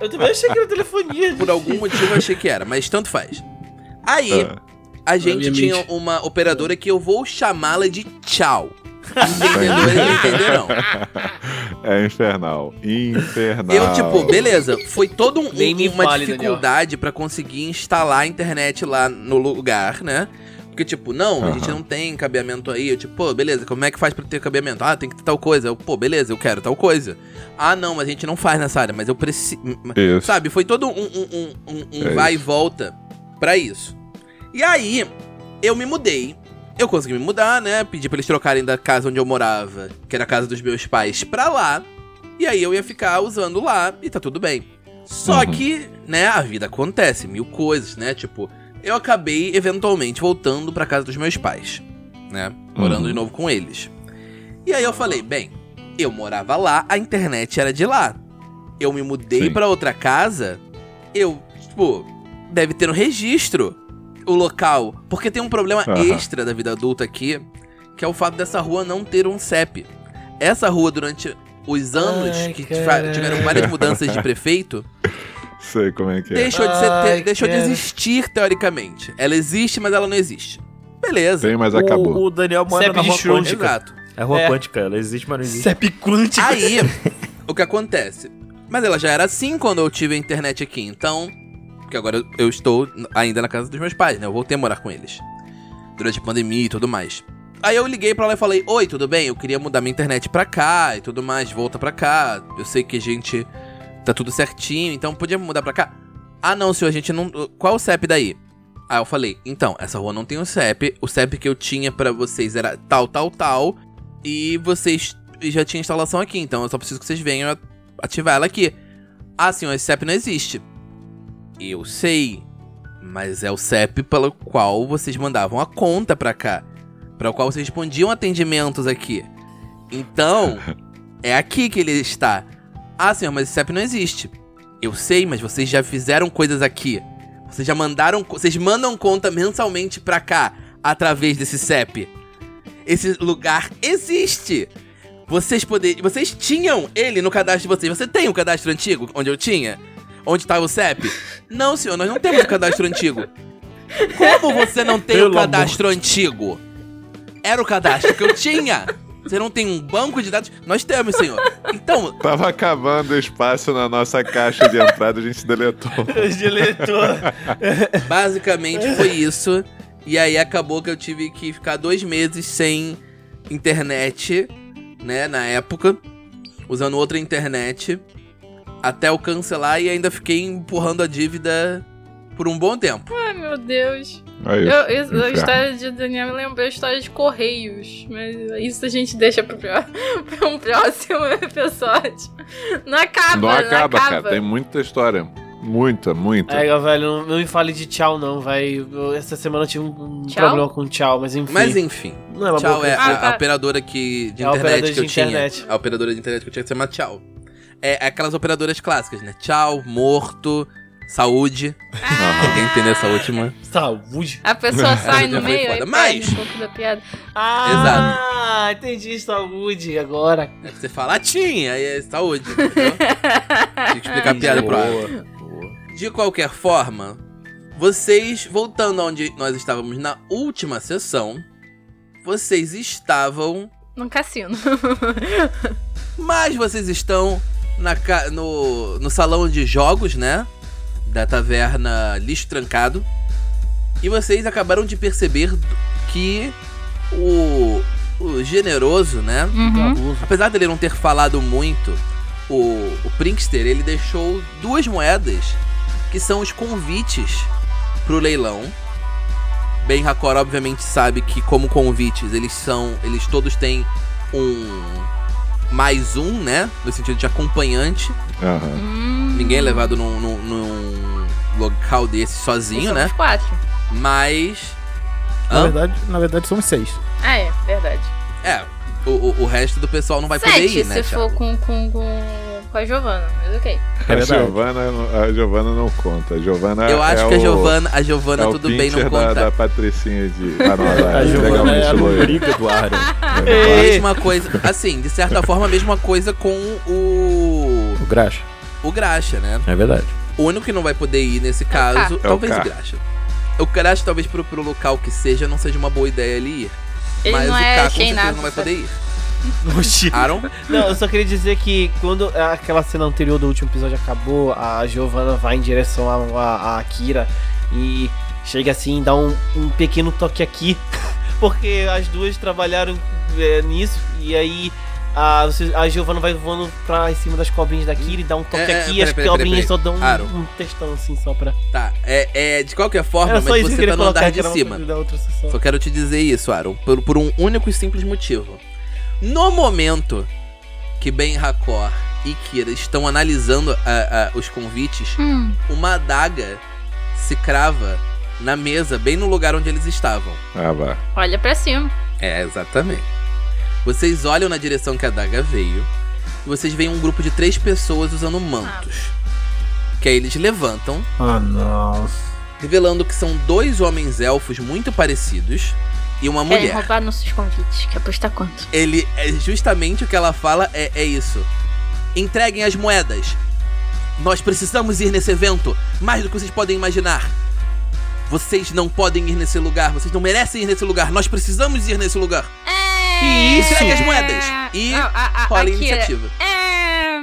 Eu também achei que
<laughs>
era telefonia.
Por algum motivo eu achei que era, mas tanto faz.
É.
Aí,
Tá.
a gente
Obviamente.
tinha uma operadora que eu vou chamá-la de tchau. Entendedores entenderão.
É infernal. Infernal.
Eu, tipo, beleza, foi toda um,
Nem me
uma
fale,
dificuldade pra conseguir instalar a internet lá no lugar, né? Porque, tipo, não, a
Aham.
gente não tem cabeamento aí. Eu, tipo, pô, beleza, como é que faz pra ter cabeamento? Ah, tem que ter tal coisa. Eu, pô, beleza, eu quero tal coisa. Ah, não, mas a gente não faz nessa área, mas eu preciso.
Isso.
Sabe, foi todo um, um- um- um- um
É
vai e
isso.
volta pra isso. E aí, eu me mudei. Eu consegui me mudar, né? Pedi pra eles trocarem da casa onde eu morava, que era a casa dos meus pais, pra lá. E aí eu ia ficar usando lá e tá tudo bem. Só
Uhum.
que, né, a vida acontece, mil coisas, né? Tipo, eu acabei eventualmente voltando pra casa dos meus pais, né? Morando
Uhum.
de novo com eles. E aí eu falei, bem, eu morava lá, a internet era de lá. Eu me mudei
Sim.
pra outra casa, eu, tipo, deve ter um registro o local, porque tem um problema
Aham.
extra da vida adulta aqui, que é o fato dessa rua não ter um CEP. Essa rua durante os anos
Ai,
que fa- tiveram várias mudanças de prefeito,
Sei como <laughs> é que é.
deixou, de, ser-
Ai,
deixou de
cara.
existir teoricamente. Ela existe, mas ela não existe. Beleza.
Tem, mas
O,
acabou.
o Daniel
é
mora
Sempre
na rua
de Schrödinger.
quântica.
Exato.
É rua
É.
quântica, ela existe, mas não
é
existe.
CEP quântico.
Aí, o que acontece? Mas ela já era assim quando eu tive a internet aqui, então. Porque agora eu estou ainda na casa dos meus pais, né? Eu voltei a morar com eles. Durante a pandemia e tudo mais. Aí eu liguei pra ela e falei: Oi, tudo bem? Eu queria mudar minha internet pra cá e tudo mais, volta pra cá. Eu sei que a gente tá tudo certinho, então podia mudar pra cá. Ah, não, senhor, a gente não. Qual o CEP daí? Aí eu falei: Então, essa rua não tem o CEP. O CEP que eu tinha pra vocês era tal, tal, tal e vocês e já tinha instalação aqui, então eu só preciso que vocês venham a- ativar ela aqui. Ah, senhor, esse CEP não existe. Eu sei, mas é o CEP pelo qual vocês mandavam a conta pra cá, para o qual vocês respondiam atendimentos aqui. Então, é aqui que ele está. Ah, senhor, mas esse CEP não existe. Eu sei, mas vocês já fizeram coisas aqui. Vocês já mandaram, co- vocês mandam conta mensalmente pra cá através desse CEP. Esse lugar existe. Vocês poder, vocês tinham ele no cadastro de vocês. Você tem o cadastro antigo onde eu tinha? Onde tá o CEP? Não, senhor, nós não temos o cadastro antigo. Como você não tem
Pelo
o
amor
cadastro antigo? Era o cadastro que eu tinha. Você não tem um banco de dados? Nós temos, senhor. Então,
Tava acabando o espaço na nossa caixa de entrada, a gente deletou.
<laughs>
basicamente
É.
foi isso. E aí acabou que eu tive que ficar dois meses sem internet, né, na época, usando outra internet, até eu cancelar e ainda fiquei empurrando a dívida por um bom tempo.
Ai, meu Deus.
Aí,
Eu- isso- a
É inferno.
história de Daniel me lembrou a história de Correios, mas isso a gente deixa pro pró- <laughs> pra um próximo episódio. Não acaba,
não acaba, cara. Tem muita história. Muita, muita.
É, velho, não, não me fale de tchau, não, vai. Eu- Essa semana eu tive um um
Tchau?
problema com tchau, mas enfim.
Mas enfim,
não é uma
tchau
boa
é
coisa.
a,
Ah, tá.
a operadora que, de
É
internet
a operadora
que eu
de
tinha.
internet.
A operadora de internet que eu tinha que se chamar tchau. É é aquelas operadoras clássicas, né? Tchau, morto, saúde.
Ah.
Alguém entendeu essa última?
Saúde.
<laughs>
A pessoa sai no
foi
meio
foda.
aí
Mas-
perde um pouco
<laughs>
da piada.
Ah, entendi, saúde agora.
É que você fala, tinha, aí é saúde, entendeu? Tinha que explicar a piada pro Aaron. De qualquer forma, vocês, voltando aonde nós estávamos na última sessão, vocês estavam.
Num cassino.
Mas vocês estão na, ca- no, no salão de jogos, né? Da taverna Lixo Trancado. E vocês acabaram de perceber que o, o generoso, né?
Uhum.
Apesar dele não ter falado muito, o, o Prinkster ele deixou duas moedas que são os convites pro leilão. Ben Hakor obviamente sabe que como convites eles são, eles todos têm um mais um, né, no sentido de acompanhante.
Aham.
Hum.
Ninguém é levado num, num- num local desse sozinho,
Somos
né?
quatro.
Mas
Na
Hã?
verdade, na verdade, somos seis.
Ah, é, verdade.
é, o, o- o resto do pessoal não vai poder
Sete,
ir, né?
se
Thiago?
for com, com, com, com a Giovana, mas ok.
A,
É verdade.
Giovana, não- a Giovana não conta. A Giovana
Eu acho
é
que a
o-
Giovana, a Giovana
é o
tudo bem não
pincher
conta.
Da, da Patricinha
<laughs>
de. Ah, não, da,
A Giovana é
legalmente
a
loira.
lombriga do Aaron.
A
Ei.
mesma coisa, assim, de certa forma, a mesma coisa com o.
O Graxa.
O Graxa, né?
É verdade.
O único que não vai poder ir nesse caso,
K.
talvez
É
o
o K.
Graxa. O Graxa, talvez pro, pro local que seja, não seja uma boa ideia ele ir.
Ele
mas
não
o
é
K com certeza
Sheinado,
não vai
sabe?
poder ir.
Oxi.
Aaron?
Não, eu só queria dizer que quando aquela cena anterior do último episódio acabou, a Giovanna vai em direção à- à à Akira e chega assim, dá um, um pequeno toque aqui, <laughs> porque as duas trabalharam é, nisso e aí a, você- a Giovanna vai voando pra em cima das cobrinhas da Akira e dá um toque
É, é,
aqui
peraí,
e as
peraí,
cobrinhas
peraí,
só dão
Aro.
um, um textão assim só pra.
Tá, é, é, de qualquer forma,
Era só
mas
isso
você tá
que eu queria
no
colocar
andar
que
de
era uma
cima.
coisa da outra sessão.
Só quero te dizer isso, Aaron, por, por um único e simples motivo. No momento que Ben Hakor e Kira estão analisando ah, ah, os convites,
Hum.
uma adaga se crava na mesa, bem no lugar onde eles estavam.
Ah, vá.
Olha pra cima.
É, exatamente. Vocês olham na direção que a adaga veio. E vocês veem um grupo de três pessoas usando mantos. Que aí eles levantam,
Ah, não.
revelando que são dois homens elfos muito parecidos e uma
Querem
mulher.
roubar nossos convites. Quer apostar quanto?
Ele é justamente o que ela fala é, é isso. Entreguem as moedas. Nós precisamos ir nesse evento, mais do que vocês podem imaginar. Vocês não podem ir nesse lugar, vocês não merecem ir nesse lugar, nós precisamos ir nesse lugar.
É...
Que isso?
Entregue as moedas e
Não, a, a,
rola a
Akira,
iniciativa.
É...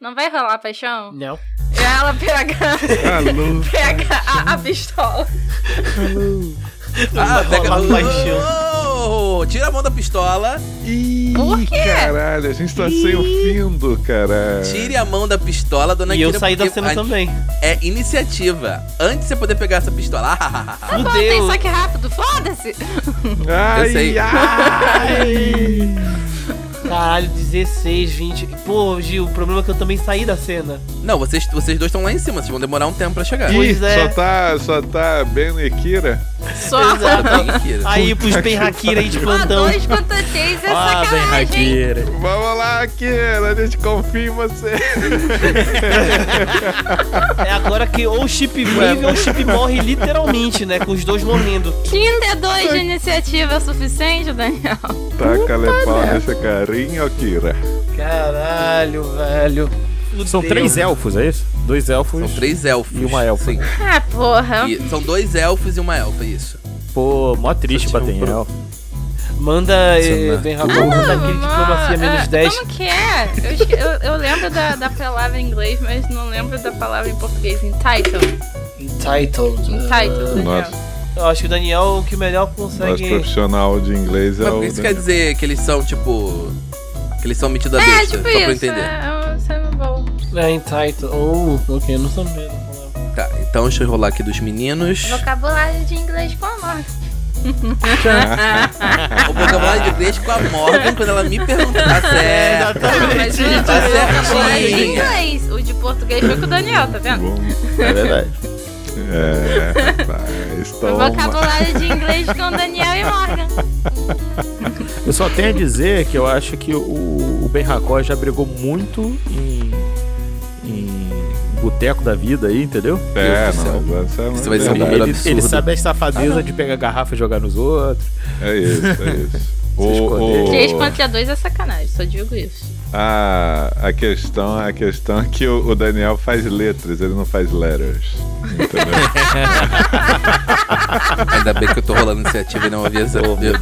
Não vai rolar paixão?
Não.
Ela pega, <laughs>
Alô.
pega a, a pistola.
Ah,
vai
pega
rolar
oh, Tira a mão da pistola,
Ih,
Por quê?
caralho, a gente tá sem o findo, cara.
tire a mão da pistola, dona
e eu
Kira,
saí da
porque
cena
a-
também.
É iniciativa. Antes de você poder pegar essa pistola. Ah,
Pô, tem saque rápido, foda-se.
Ai,
Eu sei.
<laughs>
ai.
Caralho, 16, 20. Pô, Gil, o problema é que eu também saí da cena.
não, vocês, vocês dois estão lá em cima, vocês vão demorar um tempo pra chegar.
Ih,
Pois é.
só tá, só tá Ben e Kira.
Só
Exato.
Bem, Kira.
Aí pros penhaquira aí de
Ah,
plantão.
dois contra três é
Tá
Ah, vem
sacanagem.
Raqueira.
Vamos lá, Kira, a gente confia em você.
É agora que ou o chip vive ou o chip morre literalmente, né? Com os dois morrendo.
32 de iniciativa é suficiente, Daniel?
Taca pau nessa carinha, ó, Kira.
Caralho, velho.
São
Fudeu.
três elfos, é isso? Dois elfos.
São três elfos.
E uma elfa.
Sim.
<laughs> Ah, porra.
E são dois elfos e uma elfa, isso.
Pô, mó triste
Só tinha
bater em
um pro-
elfo.
Manda,
Isso,
eh,
né?
Ben Ramon, manda aquele
Vamos,
diplomacia
ah,
menos 10.
Como que é? Eu, esque- eu- eu lembro da, da palavra em inglês, mas não lembro da palavra em português. Entitled.
Entitled.
Entitled, Daniel.
Nossa.
Eu acho que o Daniel, é o que melhor
Nosso
consegue...
profissional de inglês é
Mas
o.
por que isso quer dizer que eles são, tipo. Que eles são metida besta,
É, tipo
só pra eu
isso.
entender.
É, é, é bom.
É, entitled. Oh, ok, eu não sabia. não falava.
Tá, então deixa eu rolar aqui dos meninos.
Vocabulário de inglês com a Morgan.
o vocabulário de inglês com a Morgan quando ela me pergunta.
<laughs>
Tá certo.
Não, mas o o
tá
vocabulário de
certinho.
inglês. O de português foi com o Daniel, tá vendo?
Bom,
É verdade.
É, rapaz,
O
toma.
vocabulário de inglês com Daniel e Morgan.
Eu só tenho a dizer que eu acho que o, o Ben Racó já brigou muito em, em boteco da vida aí, entendeu?
É,
Deus do céu.
não, essa é
Isso vai ser um
verdade.
número
Ele, ele
absurdo.
sabe a safadeza de pegar garrafa e jogar nos outros.
É isso, é isso.
esconder.
3 contra 2 é sacanagem, só digo isso.
a, a, questão, a questão é que o, o Daniel faz letras, ele não faz letters.
<laughs>
Entendeu?
Ainda bem que eu tô rolando iniciativa e não ouvi essa. eu- Não podia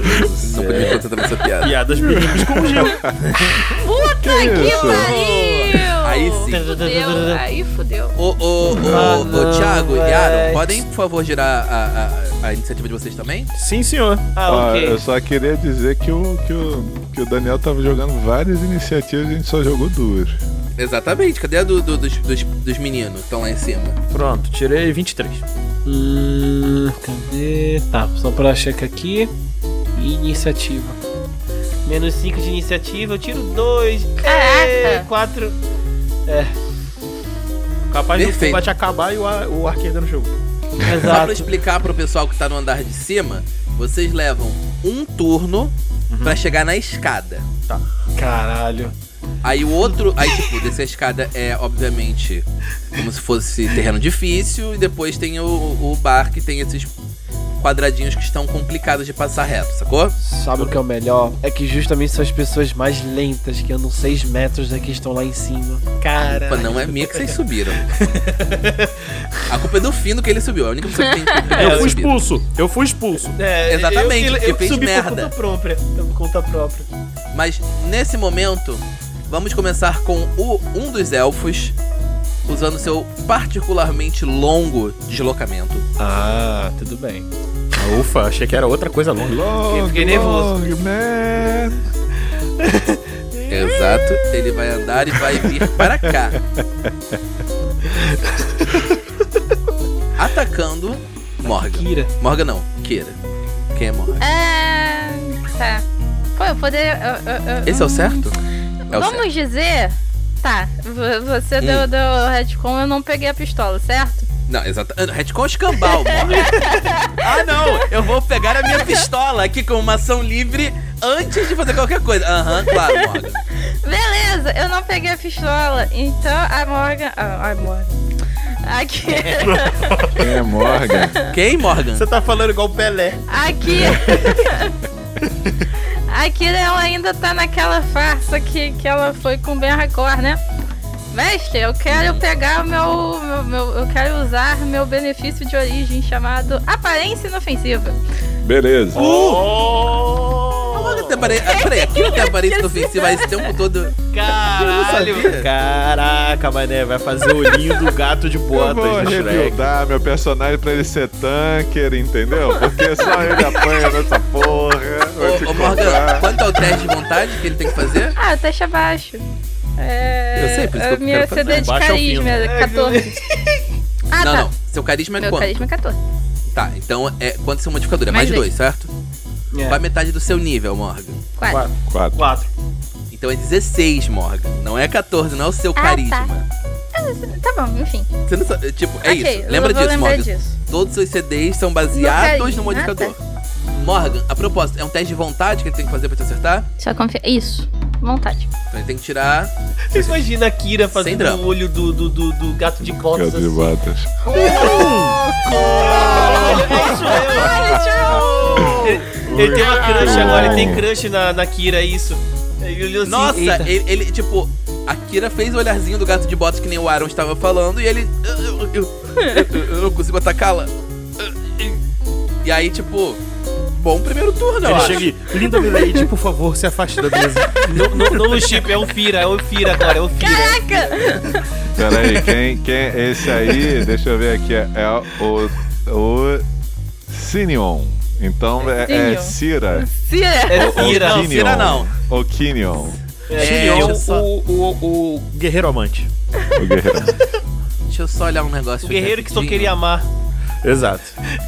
me concentrar nessa piada.
Piadas meninas com o Gil.
Puta que,
isso?
pariu!
Aí sim.
Fudeu, aí fudeu.
Ô, ô,
Ah,
ô,
não,
ô, Thiago e Aaron,
Alex.
podem, por favor, girar a, a, a iniciativa de vocês também?
Sim, senhor.
Ah,
Ó,
ok.
eu só queria dizer que o, que, o, que o Daniel tava jogando várias iniciativas e a gente só jogou duas.
Exatamente, cadê a do, do- dos, dos, dos meninos que estão lá em cima?
Pronto, tirei 23.
Hum, cadê? Tá, só pra checar aqui. Iniciativa. Menos 5 de iniciativa, eu tiro É, 2.
Caraca.
<laughs> 4.
Capaz do
Perfeito.
combate acabar e o, ar- o arqueiro no jogo.
Só pra
Exato.
explicar pro pessoal que tá no andar de cima, vocês levam um turno
Uhum.
pra chegar na escada.
Caralho.
Aí o outro, aí tipo, descer a escada é obviamente como se fosse terreno difícil e depois tem o, o bar que tem esses quadradinhos que estão complicados de passar reto, sacou?
Sabe o que é o melhor? É que justamente são as pessoas mais lentas que andam 6 metros daqui estão lá em cima.
Pô,
Cara.
não é minha que vocês subiram. A culpa é do fino que ele subiu. A única pessoa
<laughs>
que tem culpa é que
eu
ele
fui
subiu.
expulso. Eu fui expulso.
É,
Exatamente,
eu, eu,
porque
eu
fez
subi por
merda.
conta própria. Por conta própria.
Mas nesse momento, vamos começar com o, um dos elfos usando seu particularmente longo deslocamento.
Ah, tudo bem.
Ah, Ufa, achei que era outra coisa longa.
Long,
fiquei nervoso.
long, man.
Exato, ele vai andar e vai vir para cá. Atacando Morgan.
Kira.
Morgan não, Kira. Quem é Morgan?
Ah, tá. Pô, eu poderia. eu- eu- eu-
Esse é o certo? É o
Vamos
certo. Hum.
dizer. Tá, v- você deu, deu retcon, eu não peguei a pistola, certo?
Não, exato. Ah, não, Retcon escambau, <laughs> Morgan. ah, não, eu vou pegar a minha pistola aqui com uma ação livre antes de fazer qualquer coisa. Aham, claro, Morgan.
Beleza, eu não peguei a pistola, então a Morgan. Ah, a Morgan. Aqui.
<laughs>
Quem é Morgan?
Quem, Morgan?
Você tá falando igual o Pelé.
<laughs>
Aqui. Aqui ela ainda tá naquela farsa que, que ela foi com o Ben Racor, né? Mestre, eu
Uhum.
quero pegar o meu, meu, meu- Eu quero usar meu benefício de origem chamado aparência inofensiva.
Beleza.
Olha que apare... ah, Peraí, aquilo que aparece no ofensiva esse tempo todo.
Caralho!
Caraca, mané, vai fazer o olhinho do gato de
Eu vou
botas do Shrek.
rebuildar meu personagem pra ele ser tanker, entendeu? Porque só ele apanha nessa porra. Vou te
Ô, ô Morgan,
contar.
quanto ao teste de vontade que ele tem que fazer?
Ah, teste abaixo. É.
Eu sei, por isso que eu
a Minha
quero fazer.
CD de
Abaixo é o fino.
carisma, 14.
não,
Ah, tá.
não. Seu carisma é
Meu
quanto?
carisma é 14.
Tá, então é quanto seu modificador? É mais,
Mais
de
dois.
2, certo?
<laughs> É.
Vai metade do seu nível, Morgan.
Quatro.
Quatro.
Quatro.
Quatro.
Então é 16, Morgan. Não é 14, não é o seu
Ah,
carisma.
Tá bom, enfim.
Você não sabe, tipo, é
ok,
isso.
eu
Lembra
vou
disso,
lembrar
Morgan.
disso.
Todos os seus CDs são
No
baseados
carisma,
no modificador. Morgan, a propósito, é um teste de vontade que ele tem que fazer pra te acertar?
Só confia. Isso. Vontade.
Então ele tem que tirar.
Você imagina a Kira fazendo
drama.
o olho do, do, do, do gato de
Cadê
botas assim.
Batas?
Ele, é ele tem uma crush agora, ele tem crush na, na Kira, é isso. Ele olhou assim,
Nossa,
eita.
ele, ele, tipo, a Kira fez o olharzinho do gato de botas que nem o Aaron estava falando e ele. Eu, eu, eu- eu- eu não consigo atacá-la. E aí, tipo, bom primeiro turno, eu
Ele
acho.
chega e,
<laughs>
linda Milady, por favor, se afaste da mesa.
Não, não, não o chip, é o Fira, é o Fira agora, é o Fira.
Caraca!
Pera aí, quem, quem. Esse aí, deixa eu ver aqui, é, é o. O. Cineon. Então é, é
Cineon.
Cira.
Se é.
É o Fira.
Não, Cira não.
Ou Kinion.
É,
Sim,
É,
é
olha
o, o, o, o guerreiro amante.
O guerreiro.
Deixa eu só olhar um negócio.
O guerreiro que só
rapidinho.
queria amar.
Exato.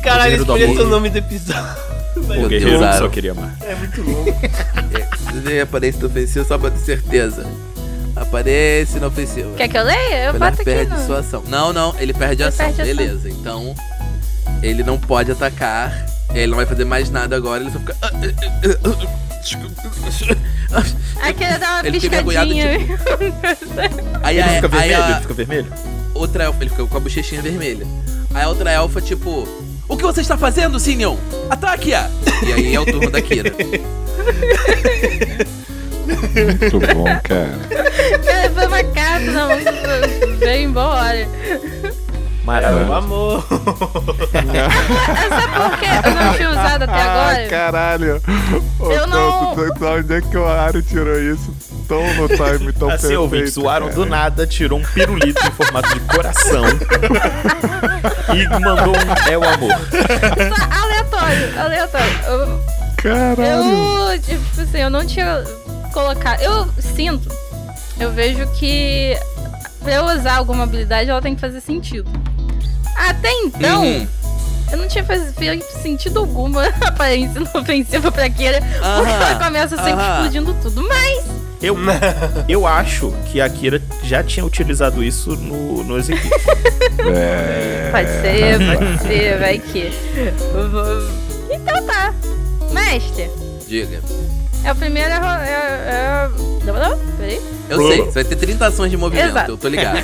Caralho, ele
guerreiro do
escolheu
amor.
seu nome do episódio.
O
Meu Deus,
guerreiro que só
Aaron. É,
queria amar.
Vê a aparência inofensiva só pra ter certeza. Aparência inofensiva.
Quer que eu leia? Eu
Ele é
boto aqui
perde sua
no.
ação. Não, não, ele perde a
Ele
ação.
perde a ação.
Beleza, então ele não pode atacar. Ele não vai fazer mais nada agora, ele só fica. ah,
Ai, queria dar uma
Ele fica agoniado,
piscadinha. <laughs>
Aí,
Ele
a, aí
fica vermelho?
a
Ele fica vermelho?
outra elfa, ele fica com a bochechinha vermelha. Aí a outra elfa, tipo, o que você está fazendo, Sinion? Ataque-a! E aí é o turno da
<laughs>
Kira.
Muito bom, cara.
Cara, Foi uma carta na mão. Vem embora.
Maravilha.
O amor.
Por que eu não tinha usado até
Ah,
agora?
caralho. Ô,
Eu não-
Tanto, tanto, onde é que o Aro tirou isso? Tão no time, tão
<laughs> Assim,
perfeito.
ouvintes, o Aaron
cara.
do nada tirou um pirulito em formato de
<laughs>
coração e mandou um é o amor.
Só aleatório, aleatório. Eu-
Caralho.
Eu, tipo assim, eu não tinha colocado. Eu sinto, eu vejo que pra eu usar alguma habilidade ela tem que fazer sentido. Até então,
Uhum.
eu não tinha faz- feito sentido alguma <laughs> a aparência inofensiva pra Kira, porque
Aham,
ela começa sempre
aham.
explodindo tudo. Mas
<laughs>
Eu, eu acho que a Kira já tinha utilizado isso no, no Ezequiel.
É.
pode ser, pode ser, vai que. Então tá. Mestre,
Diga.
é o primeiro. É, é, é... Não, não, peraí.
Eu sei, você vai ter 30 ações de movimento,
Exato.
eu tô ligado.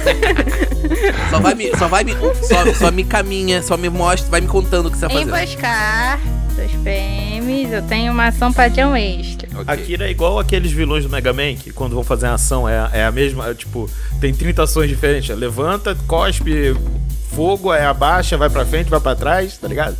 só vai me. Só vai me. Só, só me caminha, só me mostra, vai me contando o que você tá fazendo.
Emboscar dois PMs, eu tenho uma ação padrão extra.
A
Ok.
Kira é igual aqueles vilões do Mega Man que quando vão fazer a ação é, é a mesma, é, tipo, tem 30 ações diferentes. é Levanta, cospe, fogo, aí abaixa, vai pra frente, vai pra trás, tá ligado?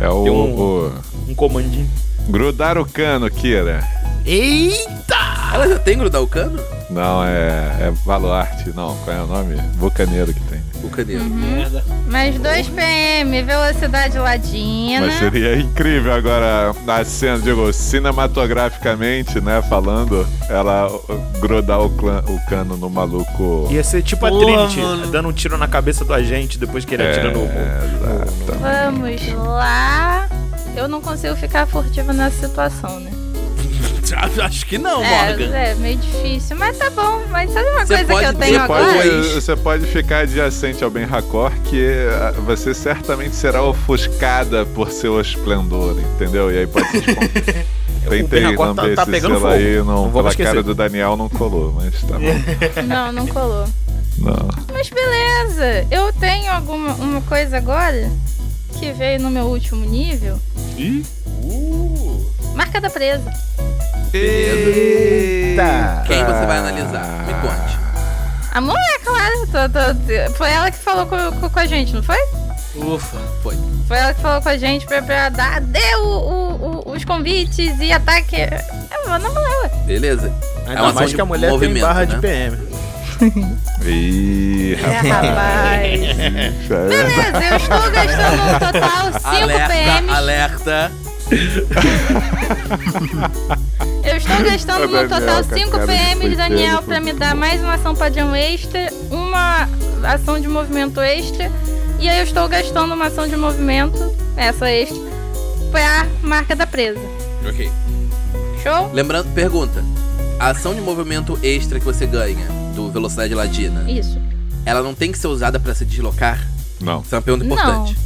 É o.
Tem um-
o-
Um comandinho.
Grudar o cano, Kira.
Eita!
Ah, Ela já tem grudar o cano?
Não, é. É Baluarte, não. Qual é o nome? Bucaneiro que tem.
O caneiro.
Merda.
Mais dois PM, velocidade ladina.
Mas seria incrível agora a cena, digo, cinematograficamente, né? Falando, ela uh, grudar o, clã- o cano no maluco.
Ia ser tipo a
Porra,
Trinity
mano.
dando um tiro na cabeça do agente depois que ele atira no.
Exato.
Vamos lá. Eu não consigo ficar furtiva nessa situação, né?
Acho que não, Morgan.
É, é meio difícil, mas tá bom. Mas sabe uma
Você
coisa
pode-
que eu
Você
tenho agora?
pode,
agora?
você pode ficar adjacente ao Ben Hakor, que uh, você certamente será ofuscada por seu esplendor, entendeu? E aí pode se
<laughs>
esconder. Tentei
Ben Hakor tá-
lamber
tá
esse
pegando
selo
fogo.
aí, não,
Não vamos
pela
esquecer.
cara do Daniel não colou, mas tá
<laughs>
bom.
Não, não colou.
Não.
Mas beleza, eu tenho alguma uma coisa agora que veio no meu último nível. Marca da presa.
Tá. Ah,
Ah.
Quem você vai analisar? Me conte.
A moleca lá, tô- tô- foi ela que falou co- co- com, a gente, não foi?
Ufa.
Foi ela que falou com a gente pra, pra dar, dê o- o- o- os convites e ataque. É, mano,
Beleza?
Ainda
uma ação
mais
de
que a mulher tem
movimento,
barra
né?
de PM.
Ih, <laughs>
é, rapaz.
rapaz.
Beleza, eu estou gastando um total 5
Alerta,
PMs.
alerta.
Eu estou gastando no
Daniel,
total
com a
5
cara de
PMs,
tristeza,
Daniel, pra me
putz,
dar mais uma ação padrão extra, uma ação de movimento extra. E aí eu estou gastando uma ação de movimento, essa extra, pra marca da presa.
Ok.
Show?
Lembrando, pergunta. A ação de movimento extra que você ganha do Velocidade Ladina,
Isso.
ela não tem que ser usada pra se deslocar?
Não.
Isso é uma pergunta
Não.
importante.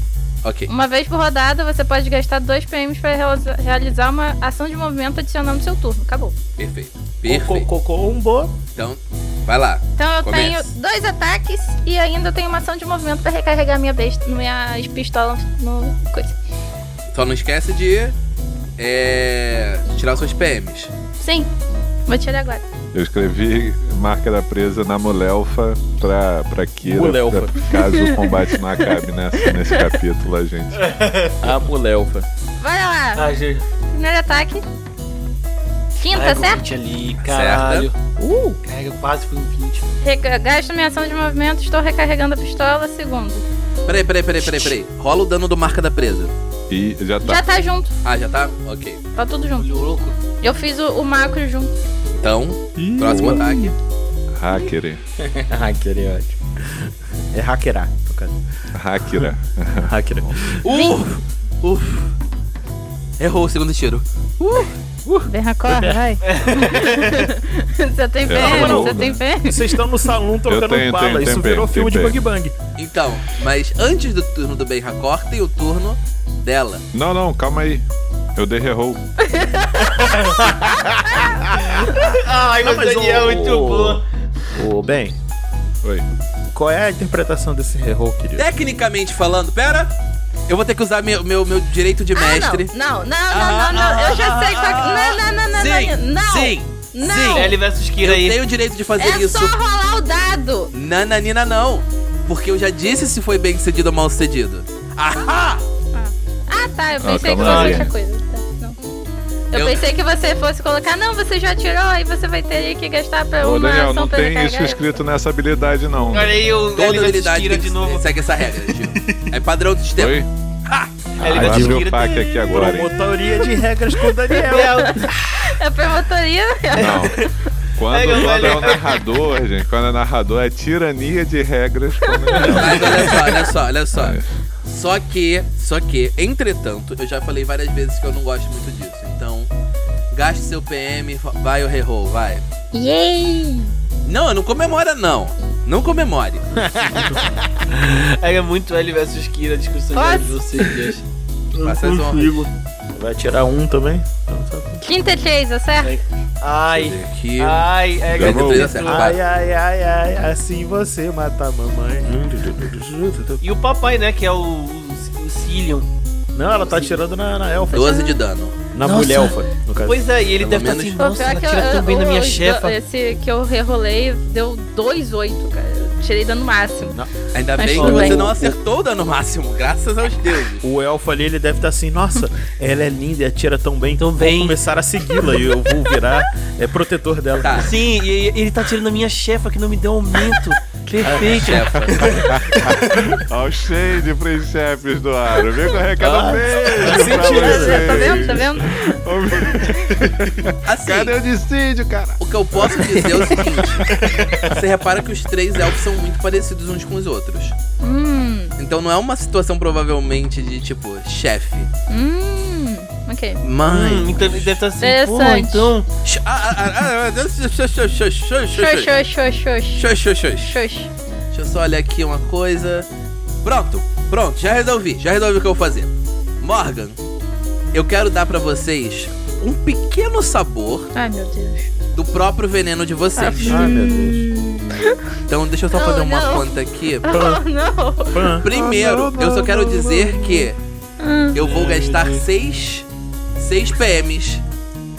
Ok.
Uma vez por rodada, você pode gastar 2 PMs pra realiza- realizar uma ação de movimento adicionando seu turno. Acabou.
Perfeito.
Co-
Perfeito.
co- co- um boa.
Então, vai lá.
Então eu
Começa.
tenho dois ataques e ainda eu tenho uma ação de movimento pra recarregar minha besta, minha pistola no coisa.
Só não esquece de é, tirar os seus PMs.
Sim. Vou tirar agora.
Eu escrevi marca da presa na Mulelfa pra, pra Kira.
Mulelfa.
pra- caso o combate não acabe nessa, nesse capítulo, a gente.
A mulelfa.
Vai lá.
Ah, gente.
Primeiro ataque. Quinta,
Carrega o
certo?
20 Tá ali, caralho.
Uh!
Carrega, quase foi um 20.
Reca- Gasto minha ação de movimento, estou recarregando a pistola. Segundo.
Peraí, peraí, peraí, peraí, peraí. Rola o dano do marca da presa.
E já tá.
Já tá junto.
Ah, já tá? Ok.
Tá tudo junto.
Olho louco.
Eu fiz o, o macro junto.
Então, próximo ataque.
Hacker.
Hacker é ótimo. É hackerar, no <laughs> caso.
Hacker.
Hackerar.
Uf! Uf! Errou o segundo tiro.
Bem
<laughs>
acorda, vai. <laughs> você tem
É,
PM,
não,
você
né?
tem PM.
Vocês estão no salão trocando
tenho,
bala.
tenho,
Isso
tenho
virou
bem,
filme
tenho
de Bang Bang.
Então, mas antes do turno do Ben Hakor, tem o turno dela.
Não, não, calma aí. Eu dei errou.
Ai, mas Daniel, muito bom.
Ô, Ben,
Oi.
qual é a interpretação desse erro, querido?
Tecnicamente falando, pera! Eu vou ter que usar meu, meu, meu direito de mestre.
Ah, não, não, não, não, não. Eu
Ah.
já sei. Tá... Não, não, não, não,
Sim!
não, não.
Sim!
Não.
Sim!
L versus Kira
Eu
aí.
tenho o direito de fazer
É
isso.
só rolar o dado.
Nananina não! Porque eu já disse se foi bem cedido ou mal cedido. Ahá!
Ah, tá. Eu pensei que
calma
fosse
aí.
outra coisa. Tá, não. Eu,
Eu-
pensei que você fosse colocar, não, você já tirou, aí você vai ter que gastar pra
Ô,
uma
Daniel,
ação
Então, não
pra
tem é isso
recarregar.
escrito nessa habilidade, não.
Olha aí o L
Toda
versus
habilidade
Kira
tem que-
de novo.
segue essa regra,
<laughs>
tio. É padrão do sistema.
Oi?
L
Ah,
versus
abriu
Kira.
o pack aqui agora, hein?
Promotoria de regras com o Daniel.
Daniel.
É promotoria.
Não. Quando,
Pega o
quando é
velho.
o narrador, gente, quando é narrador, é tirania de regras.
<laughs>
Quando é...
Mas olha só, olha só, olha só. Só que, só que, entretanto, eu já falei várias vezes que eu não gosto muito disso. Então, gaste seu PM, fa- vai o reroll, vai.
Yay!
Não, não comemora não. Não comemore.
Pega muito L versus Kira a discussão de L de vocês dois.
Passa as honras.
Vai tirar um também? Então tá bom.
Quinta e três, acerta?
Ai,
Aqui.
Ah.
ai, é
Tá bom.
Ai, ai, ai, ai, assim você mata a mamãe.
E o papai, né, que é o, o, o Cillion.
Não, ela tá atirando na, na elfa.
12 de dano.
Na
Nossa.
mulher elfa, no caso.
Pois é, e ele
Pelo
deve estar
menos-
assim,
Pô,
nossa, ela
eu-
tira também na
eu-
minha
os do-
chefa.
Esse que eu rerolei deu 2,8, cara. Eu tirei dano máximo.
Ainda
Mas
bem que
tudo
você
bem.
não acertou o dano máximo, graças aos deuses.
O elfo ali, ele deve estar assim, nossa, ela é linda e atira tão bem.
Tão
vou
bem.
começar a segui-la e eu vou virar é, protetor dela.
Tá.
<laughs>
Sim, e e- ele tá tirando na minha chefa que não me deu <laughs> aumento. Perfeito.
Chefa.
Olha o shade, príncipes do ar. Vem com a recada
Ah,
fez pra
sentindo.
vocês.
Tá vendo? Tá vendo?
Assim,
Cadê o dissídio, cara?
o que eu posso dizer é o seguinte. Você repara que os três elfos são muito parecidos uns com os outros.
Hum,
Então não é uma situação provavelmente de tipo, chefe,
hum. Ok.
Hum,
mãe.
então ele deve estar assim, pô,
Interessante.
então...
Sh- ah, ah, ah, ah, shush, shush, shush, shush,
Xox,
shush.
xox, xox, xox.
Shush, shush, shush.
Xox.
Deixa eu só olhar aqui uma coisa. Pronto, pronto, já resolvi, já resolvi o que eu vou fazer. Morgan, eu quero dar pra vocês um pequeno sabor
Ai, meu Deus.
do próprio veneno de vocês.
Ai, Ah, meu Deus.
Então deixa eu só
Oh,
fazer uma
Ah, não.
conta aqui.
Ah.
<laughs> Oh, não.
Pã.
Primeiro, eu só quero dizer que
Ah.
eu vou gastar 6 6 PMs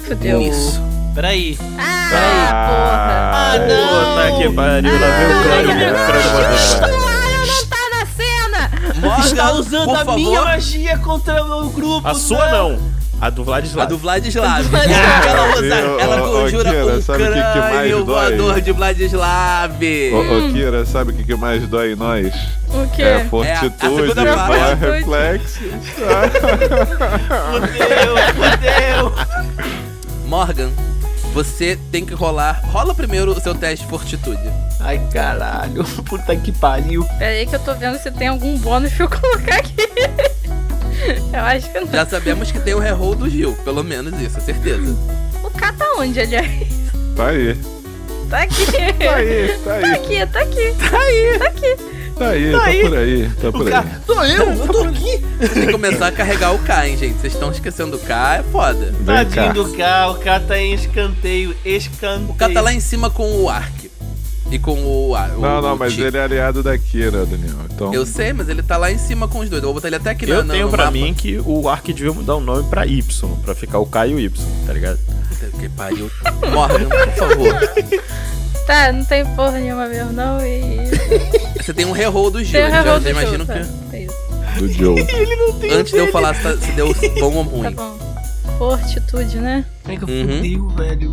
Fudeu.
<laughs>
nisso.
Peraí.
Ah, porra.
Puta que pariu, lá veio o Cláudio me mostrando uma
Ah,
dessa.
Claro, não tá na cena!
Morgan,
Está usando
por
a
favor.
minha magia contra o meu grupo.
A sua não. A do Vladislav.
A do
<laughs>
Vladislav.
Vladislav.
Ah,
ela usa,
Meu,
ela
ô, ô,
conjura
Kira,
o
sabe o que que mais
crânio
dói?
voador de Vladislav.
Ô, ô, Kira, sabe o que, que mais dói em nós?
O quê?
É
É, a
fortitude,
segunda parte.
é, reflexo.
Fudeu, fudeu.
Morgan, você tem que rolar. Rola primeiro o seu teste de fortitude.
Ai, caralho. Puta que pariu.
Pera aí que eu tô vendo se tem algum bônus pra eu colocar aqui. <laughs> Eu acho que não.
Já sabemos que tem o reroll do Gil, pelo menos isso, é certeza.
O K tá onde, aliás?
Tá aí,
Tá aqui.
tá aí, tá
Tá
aí,
aqui, tá aqui.
tá aí,
Tá
tá
aí.
por aí, tá por aí.
Sou eu, eu tô aqui.
Tem que começar a carregar o K, hein, gente? Vocês estão esquecendo o K, é foda.
Vem cá.
Tadinho do K, o K tá em escanteio, escanteio.
O K tá lá em cima com o Ark. E com o. a- o
Não, não, mas
Ti.
ele é aliado da Kira, Daniel. Então,
Eu sei, mas ele tá lá em cima com os dois. Eu vou botar ele até aqui na-
Eu
na-
tenho
no
pra
mapa.
mim que o Ark devia mudar o nome pra Y, pra ficar o K e o Y, tá ligado?
Puta Que pariu. Morgan, por favor.
Tá, não tem porra nenhuma mesmo, não.
<laughs>
E.
Você tem um reroll do Gil,
Tem
eu
o
já,
reroll
já
do
imagino
jogo, tá.
que.
É isso.
do Joe.
Antes de eu falar se, tá- se deu bom ou
Tá
ruim.
bom. Fortitude, né?
Pega,
Uhum.
fudeu,
<laughs>
velho.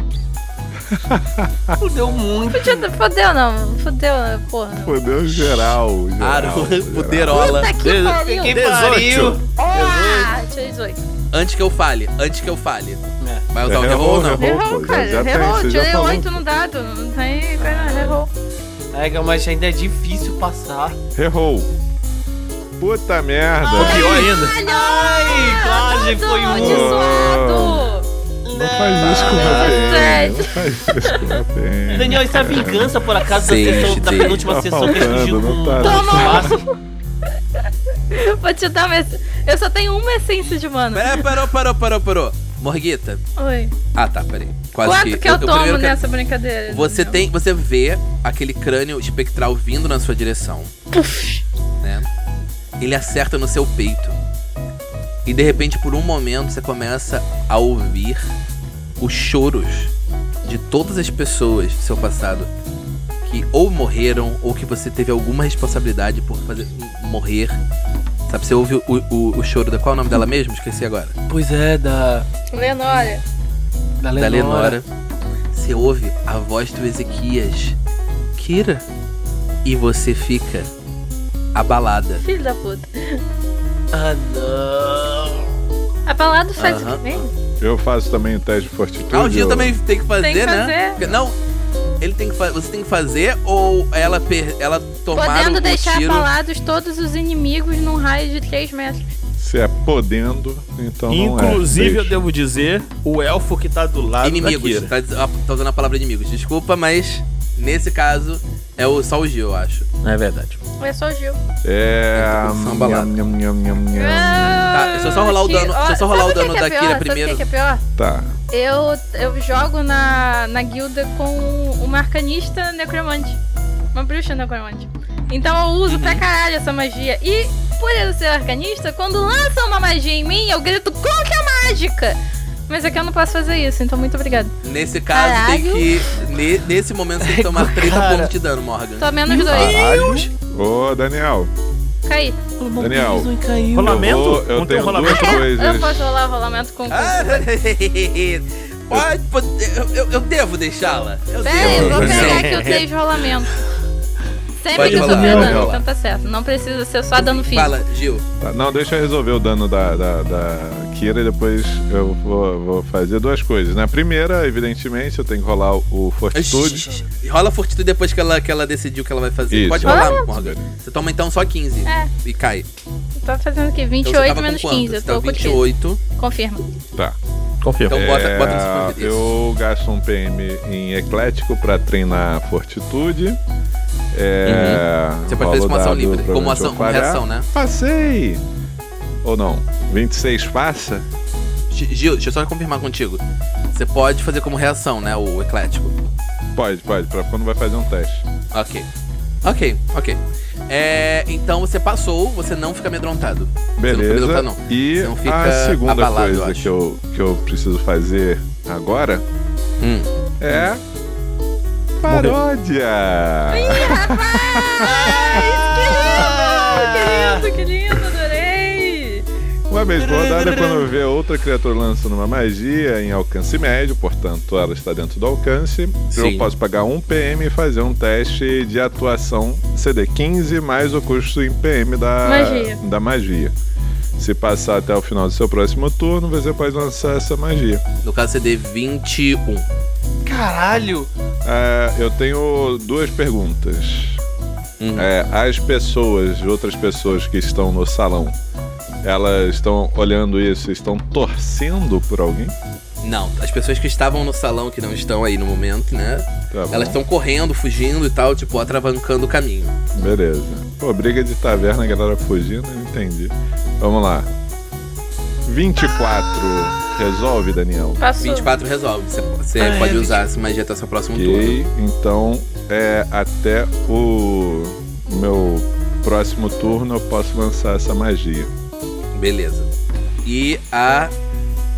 Fudeu muito.
Podia
Hum.
ter- Fodeu não, fodeu, né, porra. não.
Fudeu geral. geral,
Aro,
geral.
Puderola.
Puta que pariu!
Que
18.
pariu.
Ah, tinha 18.
Antes que eu fale, antes que eu fale.
É.
Vai usar o reroll ou não?
Errou, pô,
Errou,
já-
cara.
já tem,
Errou.
você já
Tirei
falou.
8 no dado. Não tem. Cara, errou.
Pega, mas ainda é difícil passar.
Errou. Puta merda.
Ah,
Pior ainda.
Ai, quase foi um.
Amaldiçoado!
Não faz isso com
Ai,
o Não faz isso com o Rapen.
Daniel, isso é vingança por acaso
Sim,
da, sessão, da
sim.
penúltima
Tá
sessão que a gente
faltando,
viu
não
com
tá,
não tá.
Márcio?
<laughs> Vou te dar uma. ess- Eu só tenho uma essência de mana.
É.
Pera, É, parou, parou, parou, parou. Morguita.
Oi.
Ah, tá, peraí. Quase
Quanto que, eu, tomo
primeiro quero-
nessa brincadeira?
Você
Daniel?
tem, você vê aquele crânio espectral vindo na sua direção. Né? Ele acerta no seu peito. E de repente, por um momento, você começa a ouvir os choros de todas as pessoas do seu passado que ou morreram ou que você teve alguma responsabilidade por fazer morrer. Sabe, você ouve o, o- o choro da. Qual é o nome dela mesmo? Esqueci agora
Pois é, da.
Lenora.
da
Da Lenora.
Lenora, você ouve a voz do Ezequias, Kira, e você fica abalada.
Filho da puta.
Ah, não.
A balada faz
Aham.
o que vem?
Eu faço também o teste de fortitude.
Ah, o Gil
eu-
também tem que fazer,
Tem que
né?
fazer.
Não, ele tem que fa- você tem que fazer ou ela per- ela tomar
Podendo
o
deixar
tiro.
abalados todos os inimigos num raio de 3 metros.
Se é podendo, então
Inclusive,
não é.
eu devo dizer, o elfo que tá do lado da
inimigos.
Kira.
Tá, diz- ah, tá usando a palavra inimigos. Desculpa, mas nesse caso é o, só o Gil, eu acho.
É verdade.
É só o Gil.
um
É...
Tá com samba lá.
nham, nham, nham, nham.
Tá,
deixa eu só rolar o dano- deixa eu só rolar o dano da Kira
Sabe
primeiro.
o que que é pior?
Tá.
Eu, eu jogo na, na guilda com uma arcanista necromante. Uma bruxa necromante. Então eu uso pra
Uhum.
caralho essa magia. E por eu ser arcanista, quando lançam uma magia em mim, eu grito contra a mágica! Mas aqui eu não posso fazer isso, então muito obrigada.
Nesse caso tem
Caralho.
que ne- nesse momento você tem que tomar 30
Cara.
pontos de dano, Morgan.
Tô menos dois.
Caralho. Ô, Daniel.
Caí.
Daniel.
Não caiu.
Rolamento?
Eu, vou, eu
Não tem
tenho duas
rolamento?
É,
Eu posso
coisas.
rolar o rolamento com.
Ah, <laughs> Pode, pode- eu, eu- eu devo deixá-la. Eu
Pera aí,
devo.
eu vou
Não.
pegar aqui
<laughs>
o três rolamentos. Sempre
Pode
que eu sou
rolar,
pode
dano,
rolar.
então tá certo. Não precisa ser só dano físico.
Fala, Gil.
Tá, não, deixa eu resolver o dano da, da, da Kira e depois eu vou, vou fazer duas coisas. Na primeira, evidentemente, eu tenho que rolar o Fortitude.
Rola fortitude depois que ela, que ela decidiu o que ela vai fazer.
Isso.
Pode
Ah.
rolar, Morgan. Você toma então só 15
É.
e cai.
Tá fazendo o quê?
Então você
28
tava
menos
com quanto?
15. Eu
Você tava
tô com 15.
28.
Confirma.
Tá.
Confirmo.
Então bota,
É,
bota no 50. Isso.
eu gasto um PM em Eclético pra treinar Fortitude. É,
Uhum. Você pode fazer isso
rolo
com ação
dado,
livre. Como
provavelmente
ação,
eu
como
falhar.
reação, né?
Passei! Ou não? 26 passa?
Gi- Gil, deixa eu só confirmar contigo. Você pode fazer como reação, né? O eclético.
Pode, pode, pra quando vai fazer um teste.
Ok. Ok, ok. É, então você passou, você não fica amedrontado. Você não fica
Beleza.
amedrontado, não.
E
Você não fica
a segunda
abalado, eu
coisa
acho.
que eu, que eu preciso fazer agora
Hum.
É. Paródia!
Ai, que lindo, que lindo, adorei.
Uma vez por rodada, quando vê outra criatura lançando uma magia em alcance médio, portanto ela está dentro do alcance,
Sim.
eu posso pagar um PM e fazer um teste de atuação CD15 mais o custo em PM da
Magia.
da magia. Se passar até o final do seu próximo turno, você pode lançar essa magia.
No caso, CD 21.
Caralho!
Ah, eu tenho duas perguntas.
Hum.
É, as pessoas, outras pessoas que estão no salão, elas estão olhando isso, estão torcendo por alguém?
Não, as pessoas que estavam no salão, que não estão aí no momento, né?
Tá bom,
Elas estão correndo, fugindo e tal, tipo, atravancando o caminho.
Beleza. Pô, briga de taverna, a galera fugindo, eu entendi. Vamos lá. 24. Resolve, Daniel.
Passou.
24 resolve. Você, você
Ah, é,
pode
20.
usar essa magia até o seu próximo turno.
Ok, então é até o meu próximo turno eu posso lançar essa magia.
Beleza. E a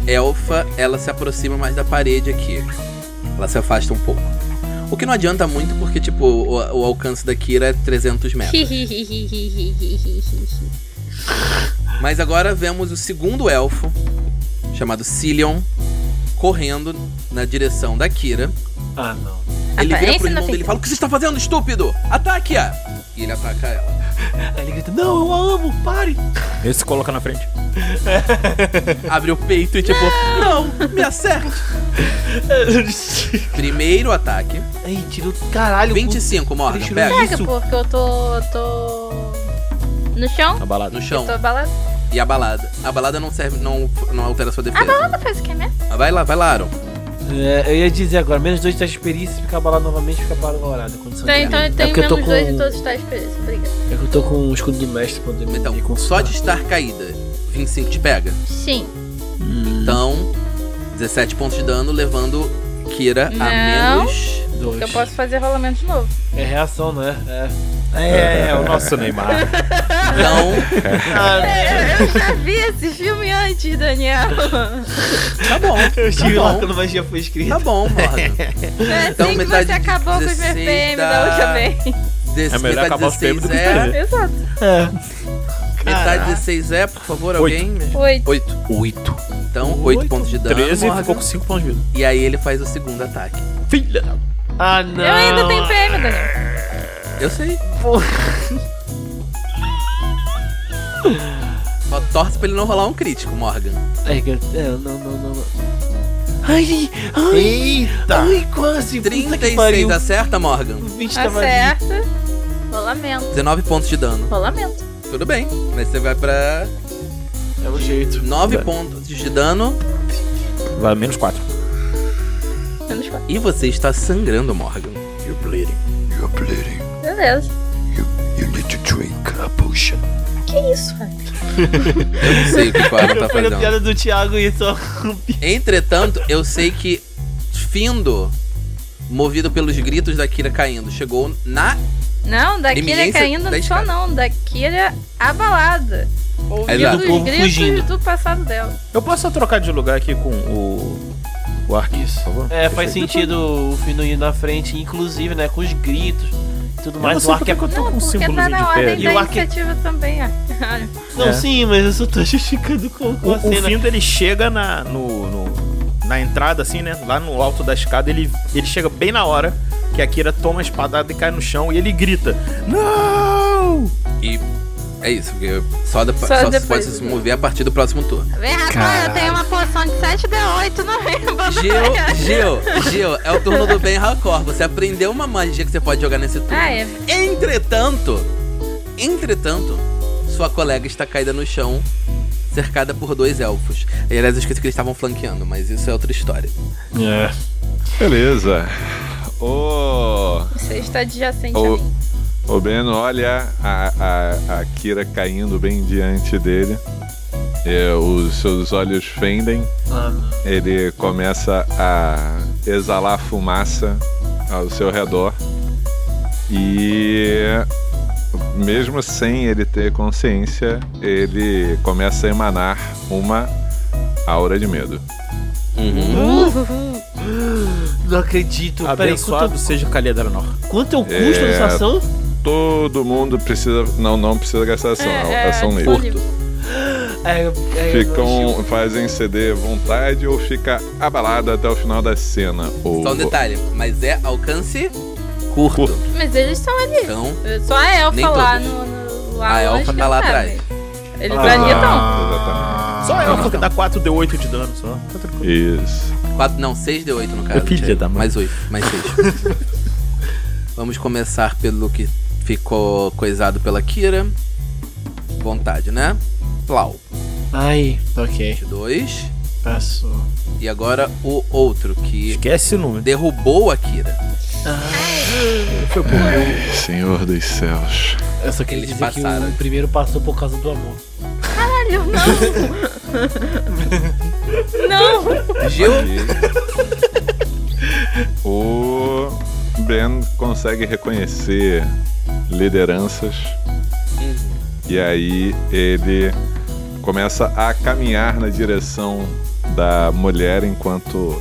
elfa, ela se aproxima mais da parede aqui. Ela se afasta um pouco. O que não adianta muito, porque, tipo, o, o alcance da Kira é 300 metros. Mas agora vemos o segundo elfo, chamado Cilion, correndo na direção da Kira.
Ah, não.
Ele vira pro
Aparência
irmão
inofensiva.
dele e fala: O que você está fazendo, estúpido? Ataque-a! E ele ataca ela.
Aí ele grita: Não, eu a amo, pare!
É. Esse coloca na frente.
Abre o peito e, tipo, não me acerte! Primeiro ataque.
<laughs> Ei, tirou. Caralho,
25, Morgan,
Ele tirou
pega.
Pega, porque eu tô. tô. No chão?
Na balada.
No chão.
Tô abalada.
E a balada. A balada não serve, não, não altera a sua defesa.
Ela faz o que, né?
Ah, Vai lá, vai lá, Aaron.
É, eu ia dizer agora, menos dois testes de experiência, ficar balado novamente, fica balado.
Tem, então eu tenho
É porque eu tô
menos dois
com-
em todos os tais experiência. Obrigada.
É que eu tô com o escudo do mestre pra poder me um me
Então, só
consultar.
de estar caída, 25 te pega.
Sim.
um,
Então, 17 pontos de dano, levando Kira a
Não.
menos.
Dois.
Porque eu posso fazer rolamento de novo.
É reação, né? É.
É, é, o nosso <laughs> Neymar.
Então,
<laughs> Ah,
Eu já vi esse filme antes, <laughs> Daniel.
<laughs> tá bom.
eu estive lá
bom.
quando magia foi escrita.
Tá
<laughs>
bom, Morgan.
É assim
Então,
que
metade
você acabou com os meus
16
PM
dá-
da <laughs> última vez.
Dez-
É melhor
metade
acabar os prêmios do que
16 é,
perder.
Exato.
Metade 16 é, por favor, alguém?
Oito.
8.
8.
Então, 8
Oito.
pontos de dano.
13
Morgan.
ficou com 5 pontos de vida.
E aí ele faz o segundo ataque.
Filha da.
Ah, não.
Eu ainda tenho PM, Daniel.
Eu sei.
É. Porra.
Só torce pra ele não rolar um crítico, Morgan.
É, que eu- é, não, não, não. não. Ai, ai,
Eita!
ai, quase. puta que
36
pariu. tá
acerta, Morgan.
20
Tá
tava ali.
Acerta. Rolamento.
19 pontos de dano.
Rolamento.
Tudo bem. Mas você vai pra
É o jeito.
9 pontos de dano
Vai menos 4.
Menos quatro.
e você está sangrando,
<laughs>
Morgan.
You're bleeding. You're bleeding.
Beleza.
You need to drink a potion.
Que isso, cara?
Eu não sei o que o Adam tá
Eu pego a
fazendo.
piada do Thiago e só.
Entretanto, eu sei que Findo, movido pelos gritos da Kira caindo, chegou na.
Não, da Kira
Iminência
caindo
da
não só
escada.
não. é Da Kira abalada. Ouvindo
Exato.
os
Do povo
gritos
fugindo.
do passado dela.
Eu posso só trocar de lugar aqui com o. O arco,
Isso.
por favor?
É, faz sentido o Fino ir na frente, inclusive, né? Com os gritos e tudo mais.
eu
O
não sei porque
arco é.
que eu tô
Não,
com um
porque
símbolozinho
tá na
de pé.
ordem
ali.
E
da
o arque-
iniciativa também, ó.
Não,
É.
sim, mas eu só tô justificando com, com
O,
a
o
cena.
Findo ele chega na, no, no- na entrada, assim, né? Lá no alto da escada, ele, ele chega bem na hora que a Kira toma a espadada e cai no chão e ele grita: Não!
É isso, porque só, depo-
Só
só se
depois.
pode se mover a partir do próximo
<laughs>
turno.
Vem, rapaz, eu tenho uma poção de 7D8 no <laughs>
Gil, Gil, Gil, é o turno do Ben Racor. Você aprendeu uma magia que você pode jogar nesse turno.
Ah, é.
Entretanto, entretanto, sua colega está caída no chão, cercada por dois elfos. E, aliás, eu esqueci que eles estavam flanqueando, mas isso é outra história. É.
Beleza. Ô.
Você está adjacente a
O,
mim.
o Breno olha a, a- a Kira caindo bem diante dele. É, os seus olhos fendem.
Ah, não.
Ele começa a exalar fumaça ao seu redor. E mesmo sem ele ter consciência, ele começa a emanar uma aura de medo.
Uhum.
Uhul.
Não acredito. Peraí, quanto,
Abençoado seja o Calheiro Nor.
quanto é o
É.
custo dessa ação?
Todo mundo precisa. Não, não precisa gastar ação, é,
um
ação livre.
É, é,
Ficam, fazem CD à vontade ou fica abalada até o final da cena. Ou
Só um detalhe, mas é alcance curto.
Mas eles estão ali.
Então,
Só a Elfa
Nem
lá
todos.
no, no lá
a
no
Elfa tá lá atrás.
Lanterna. Eles
Ah.
Ah,
ali estão.
Então.
Só a elfa que dá 4D8 de dano só. Tá tranquilo.
Isso.
Quatro, não, 6 de 8 no caso.
É Filha
Thiago.
da mãe.
Mais 8, mais
<laughs>
6. Vamos começar pelo que ficou coisado pela Kira. Vontade, né? Plau.
Ai, tá ok.
2.
Passou.
E agora o outro que
Esquece o número.
derrubou a Kira.
Ai, Senhor dos céus.
Eu só queria
Eles
dizer
passaram.
que o primeiro passou por causa do amor.
Caralho, não.
<laughs>
não.
Gil,
<laughs> O Ben consegue reconhecer lideranças e aí ele começa a caminhar na direção da mulher enquanto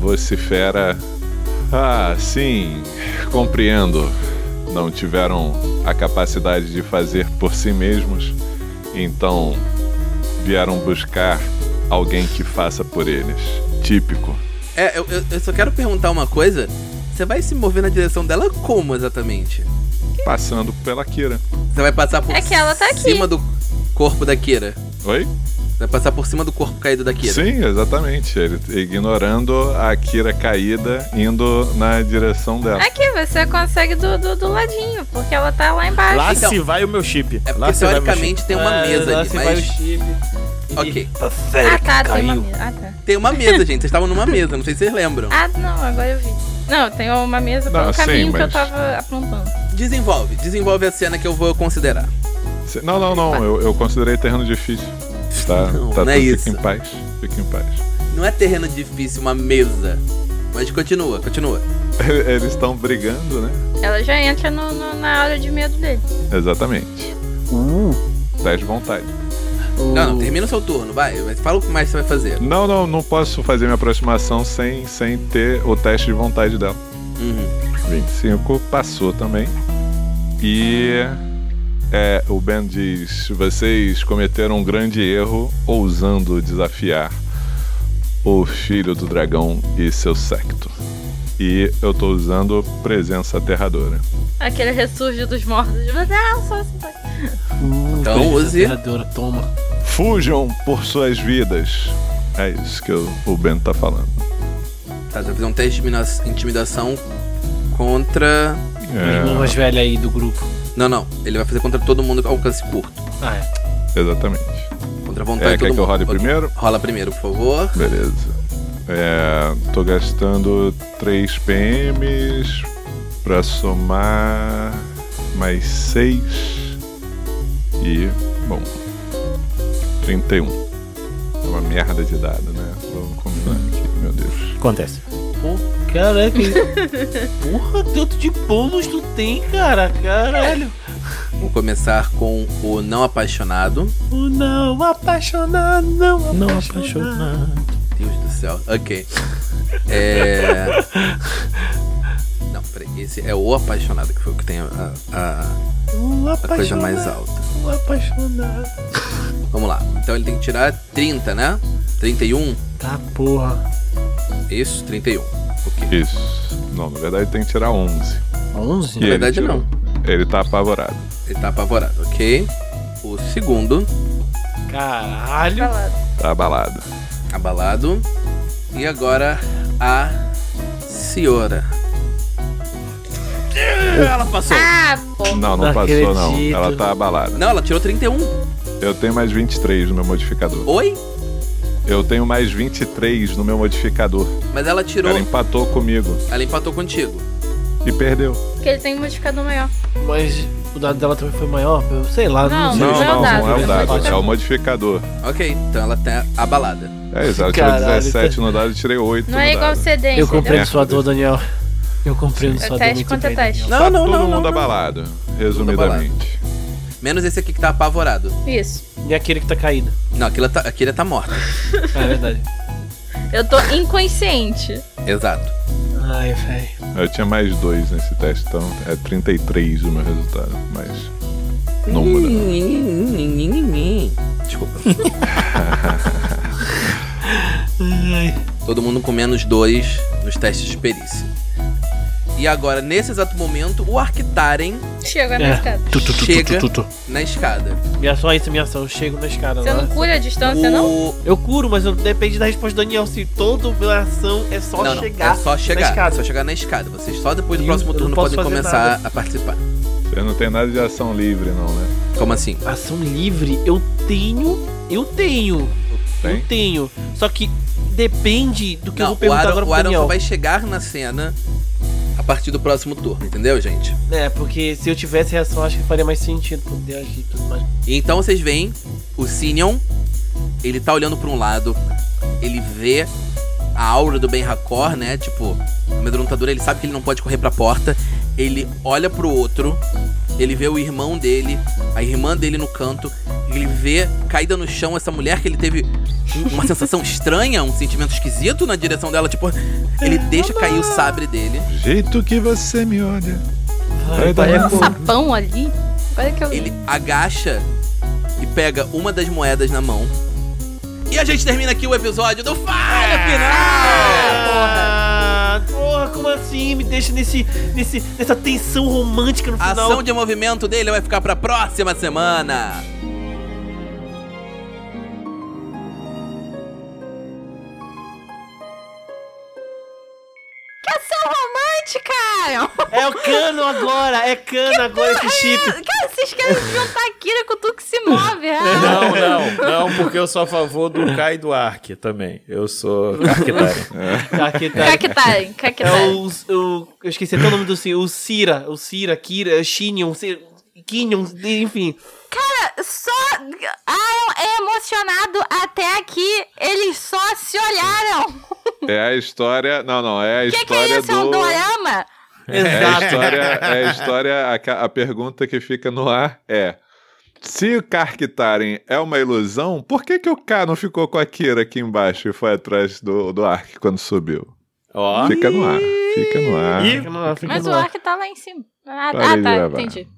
vocifera. Ah, sim, compreendo. Não tiveram a capacidade de fazer por si mesmos, então vieram buscar alguém que faça por eles. Típico.
é, eu, eu- eu só quero perguntar uma coisa. Você vai se mover na direção dela como exatamente?
Passando pela Kira.
Você vai passar por
É que ela tá aqui.
cima do corpo da Kira.
Oi?
Você vai passar por cima do corpo caído da Kira.
Sim, exatamente. Ele ignorando a Kira caída, indo na direção dela.
Aqui você consegue do, do, do ladinho, porque ela tá lá embaixo.
Lá
Então-
se vai o meu chip.
É
Lá
porque
se vai o meu chip.
teoricamente tem uma
Ah,
mesa
lá
ali,
se vai o
mas.
chip.
Ok.
ah,
Perfeito.
tá, tem
caiu.
uma mesa. Ah, tá.
Tem uma mesa, gente. Vocês estavam numa mesa, não sei se vocês lembram.
Ah, não, agora eu vi. Não, tem uma mesa
Não,
pelo
sim,
caminho que eu
mas-
tava aprontando.
Desenvolve, desenvolve a cena que eu vou considerar.
Se- Não, não, não. Eu, eu considerei terreno difícil. Tá,
<laughs> Não,
tá
não
tudo,
é isso.
Fica em paz. Fica em paz. <laughs>
Não é terreno difícil, uma mesa. Mas continua, continua.
Eles estão brigando, né?
Ela já entra no, no- na área de medo dele.
Exatamente.
Uh.
Dez vontade.
Não, não, termina o seu turno, vai. Mas Fala o que mais você vai fazer.
Não, não, não posso fazer minha aproximação sem, sem ter o teste de vontade dela.
Uhum.
25 passou também. E é, o Ben diz: vocês cometeram um grande erro ousando desafiar o filho do dragão e seu secto. E eu tô usando presença aterradora.
Aquele ressurge dos mortos. Mas, ah, só assim. tá.
Então use.
Imperadora, Uh, Toma.
Fujam por suas vidas. É isso que o- o Ben tá falando.
Tá, você vai fazer um teste de intimida- intimidação contra.
As
É,
mais velhas aí do grupo.
Não, não. Ele vai fazer contra todo mundo com alcance curto.
Ah, é.
exatamente.
Contra a vontade
É,
de todo
quer que
mundo.
eu role
Ok.
primeiro?
Rola primeiro, por favor.
Beleza. É, tô gastando 3 PMs pra somar mais 6 e, bom, 31. É uma merda de dado, né? Vamos combinar aqui, meu Deus.
Acontece.
Caraca.
<laughs>
Porra, tanto de bônus tu tem, cara. Caralho.
Vamos começar com o não apaixonado.
O não apaixonado, não apaixonado.
Deus do céu. Ok. É. Não, peraí. Esse é o apaixonado, que foi o que tem a, a-
O
a coisa
apaixonado.
mais alta.
O apaixonado.
Vamos lá. Então ele tem que tirar 30, né? 31?
Tá porra.
Isso, 31. Ok.
Isso. Não, na verdade tem que tirar 11. E
11?
ele
verdade,
tirou.
não.
Ele tá apavorado.
Ele tá apavorado, ok? O segundo,
Caralho.
Tá abalado.
abalado. E agora a senhora. Ela passou.
Ah, pô.
Não, não,
Não
passou,
acredito.
não. Ela tá abalada.
Não, ela tirou 31.
Eu tenho mais 23 no meu modificador.
Oi?
Eu tenho mais 23 no meu modificador.
Mas ela tirou.
Ela empatou comigo
Ela empatou contigo.
e perdeu.
Porque ele tem um modificador maior.
Mas o dado dela também foi maior? eu Sei lá,
Não,
não, sei.
Não,
é o
não,
dado,
não é
né?
o dado,
Pode-
é o modificador.
Ok, então ela tá abalada.
É isso, ela tirou
Caralho,
17 no dado, eu tirei 8
tá- Não é
no
igual o
dado.
CD,
Eu
entendeu?
compreendo sua dor, Daniel. Eu compreendo
É
sua dor
teste
muito
contra
bem,
teste.
Daniel.
tá todo mundo abalado, resumidamente.
Menos esse aqui que tá apavorado.
né? Isso.
E aquele que tá caído.
Não, aquilo tá, aquilo tá morta.
É verdade.
Eu tô inconsciente.
Exato.
Ai, Ah, é, velho.
Eu tinha mais dois nesse teste, então é 33 o meu resultado, mas. Não muda. não.
Desculpa. Todo mundo com menos dois nos testes de perícia. E agora, nesse exato momento, o Arctaren
Chega na
É.
escada.
Tu, tu, tu,
Chega.
tu, tu, tu.
na escada.
Minha só isso, minha ação. Eu chego na escada
Você
lá.
não cura a distância, não?
O...
Eu curo, mas eu- depende da resposta do Daniel. Se toda a ação é só
não, não,
chegar.
é só chegar.
escada.
Só chegar na escada. Vocês só depois do
Eu-
próximo
eu não
turno
posso
podem
fazer
começar a participar.
Você não tem nada de ação livre, não, né?
Como assim?
Ação livre, eu tenho. Eu tenho.
Tem?
Eu tenho. Só que depende do que eu
Não,
vou
o
perguntar
Aaron,
agora
o
pro
Aaron só
Daniel.
vai chegar na cena a partir do próximo turno, entendeu, gente?
É, porque se eu tivesse reação, acho que faria mais sentido poder agir e tudo mais.
E então vocês veem o Sinion, ele tá olhando pra um lado, ele vê a aura do Ben Hakor, né? Tipo, amedrontador, ele sabe que ele não pode correr pra porta. Ele olha pro outro, ele vê o irmão dele, a irmã dele no canto, ele vê caída no chão essa mulher que ele teve um- uma sensação estranha, um sentimento esquisito na direção dela, tipo, ele deixa cair o sabre dele.
Jeito que você me olha. Vai,
Vai, vai,
vai.
pô.
Sapão ali? Olha que eu.
Ele agacha e pega uma das moedas na mão. E a gente termina aqui o episódio do Falha
É.
Final!
Ah, porra, como assim? Me deixa nesse, nesse, nessa tensão romântica no
A
final.
ação de movimento dele vai ficar pra próxima semana.
Tá Romântica! <laughs>
É o cano agora, é cano agora esse chip.
Cara, vocês querem juntar Kira com tu que se move, ah?
Não, não, não, porque eu sou a favor do Kai e do Ark também. Eu <laughs> sou Arquitário.
Aqui tá.
Cactaren,
É
Cactaren.
o, o- Eu esqueci até o nome do Cira. O Cira, o Cira, Kira, Shinion, Cira- Kinyon, enfim.
Só. Aaron é emocionado até aqui. Eles só se olharam.
É a história. Não, não, é a
O que, que é
história
isso? É um
do.
dorama?
É a
Exato.
história, é a história a, ca- a pergunta que fica no ar é: se o Karkitaren é uma ilusão, por que, que o K não ficou com a Kira aqui embaixo e foi atrás do, do Ark quando subiu?
Ó.
Fica no ar, fica no ar.
E
Fica no ar, fica
Mas
no
o
ar.
Ark tá lá em cima. Ah,
Parei
ah,
de
tá,
gravar.
entendi.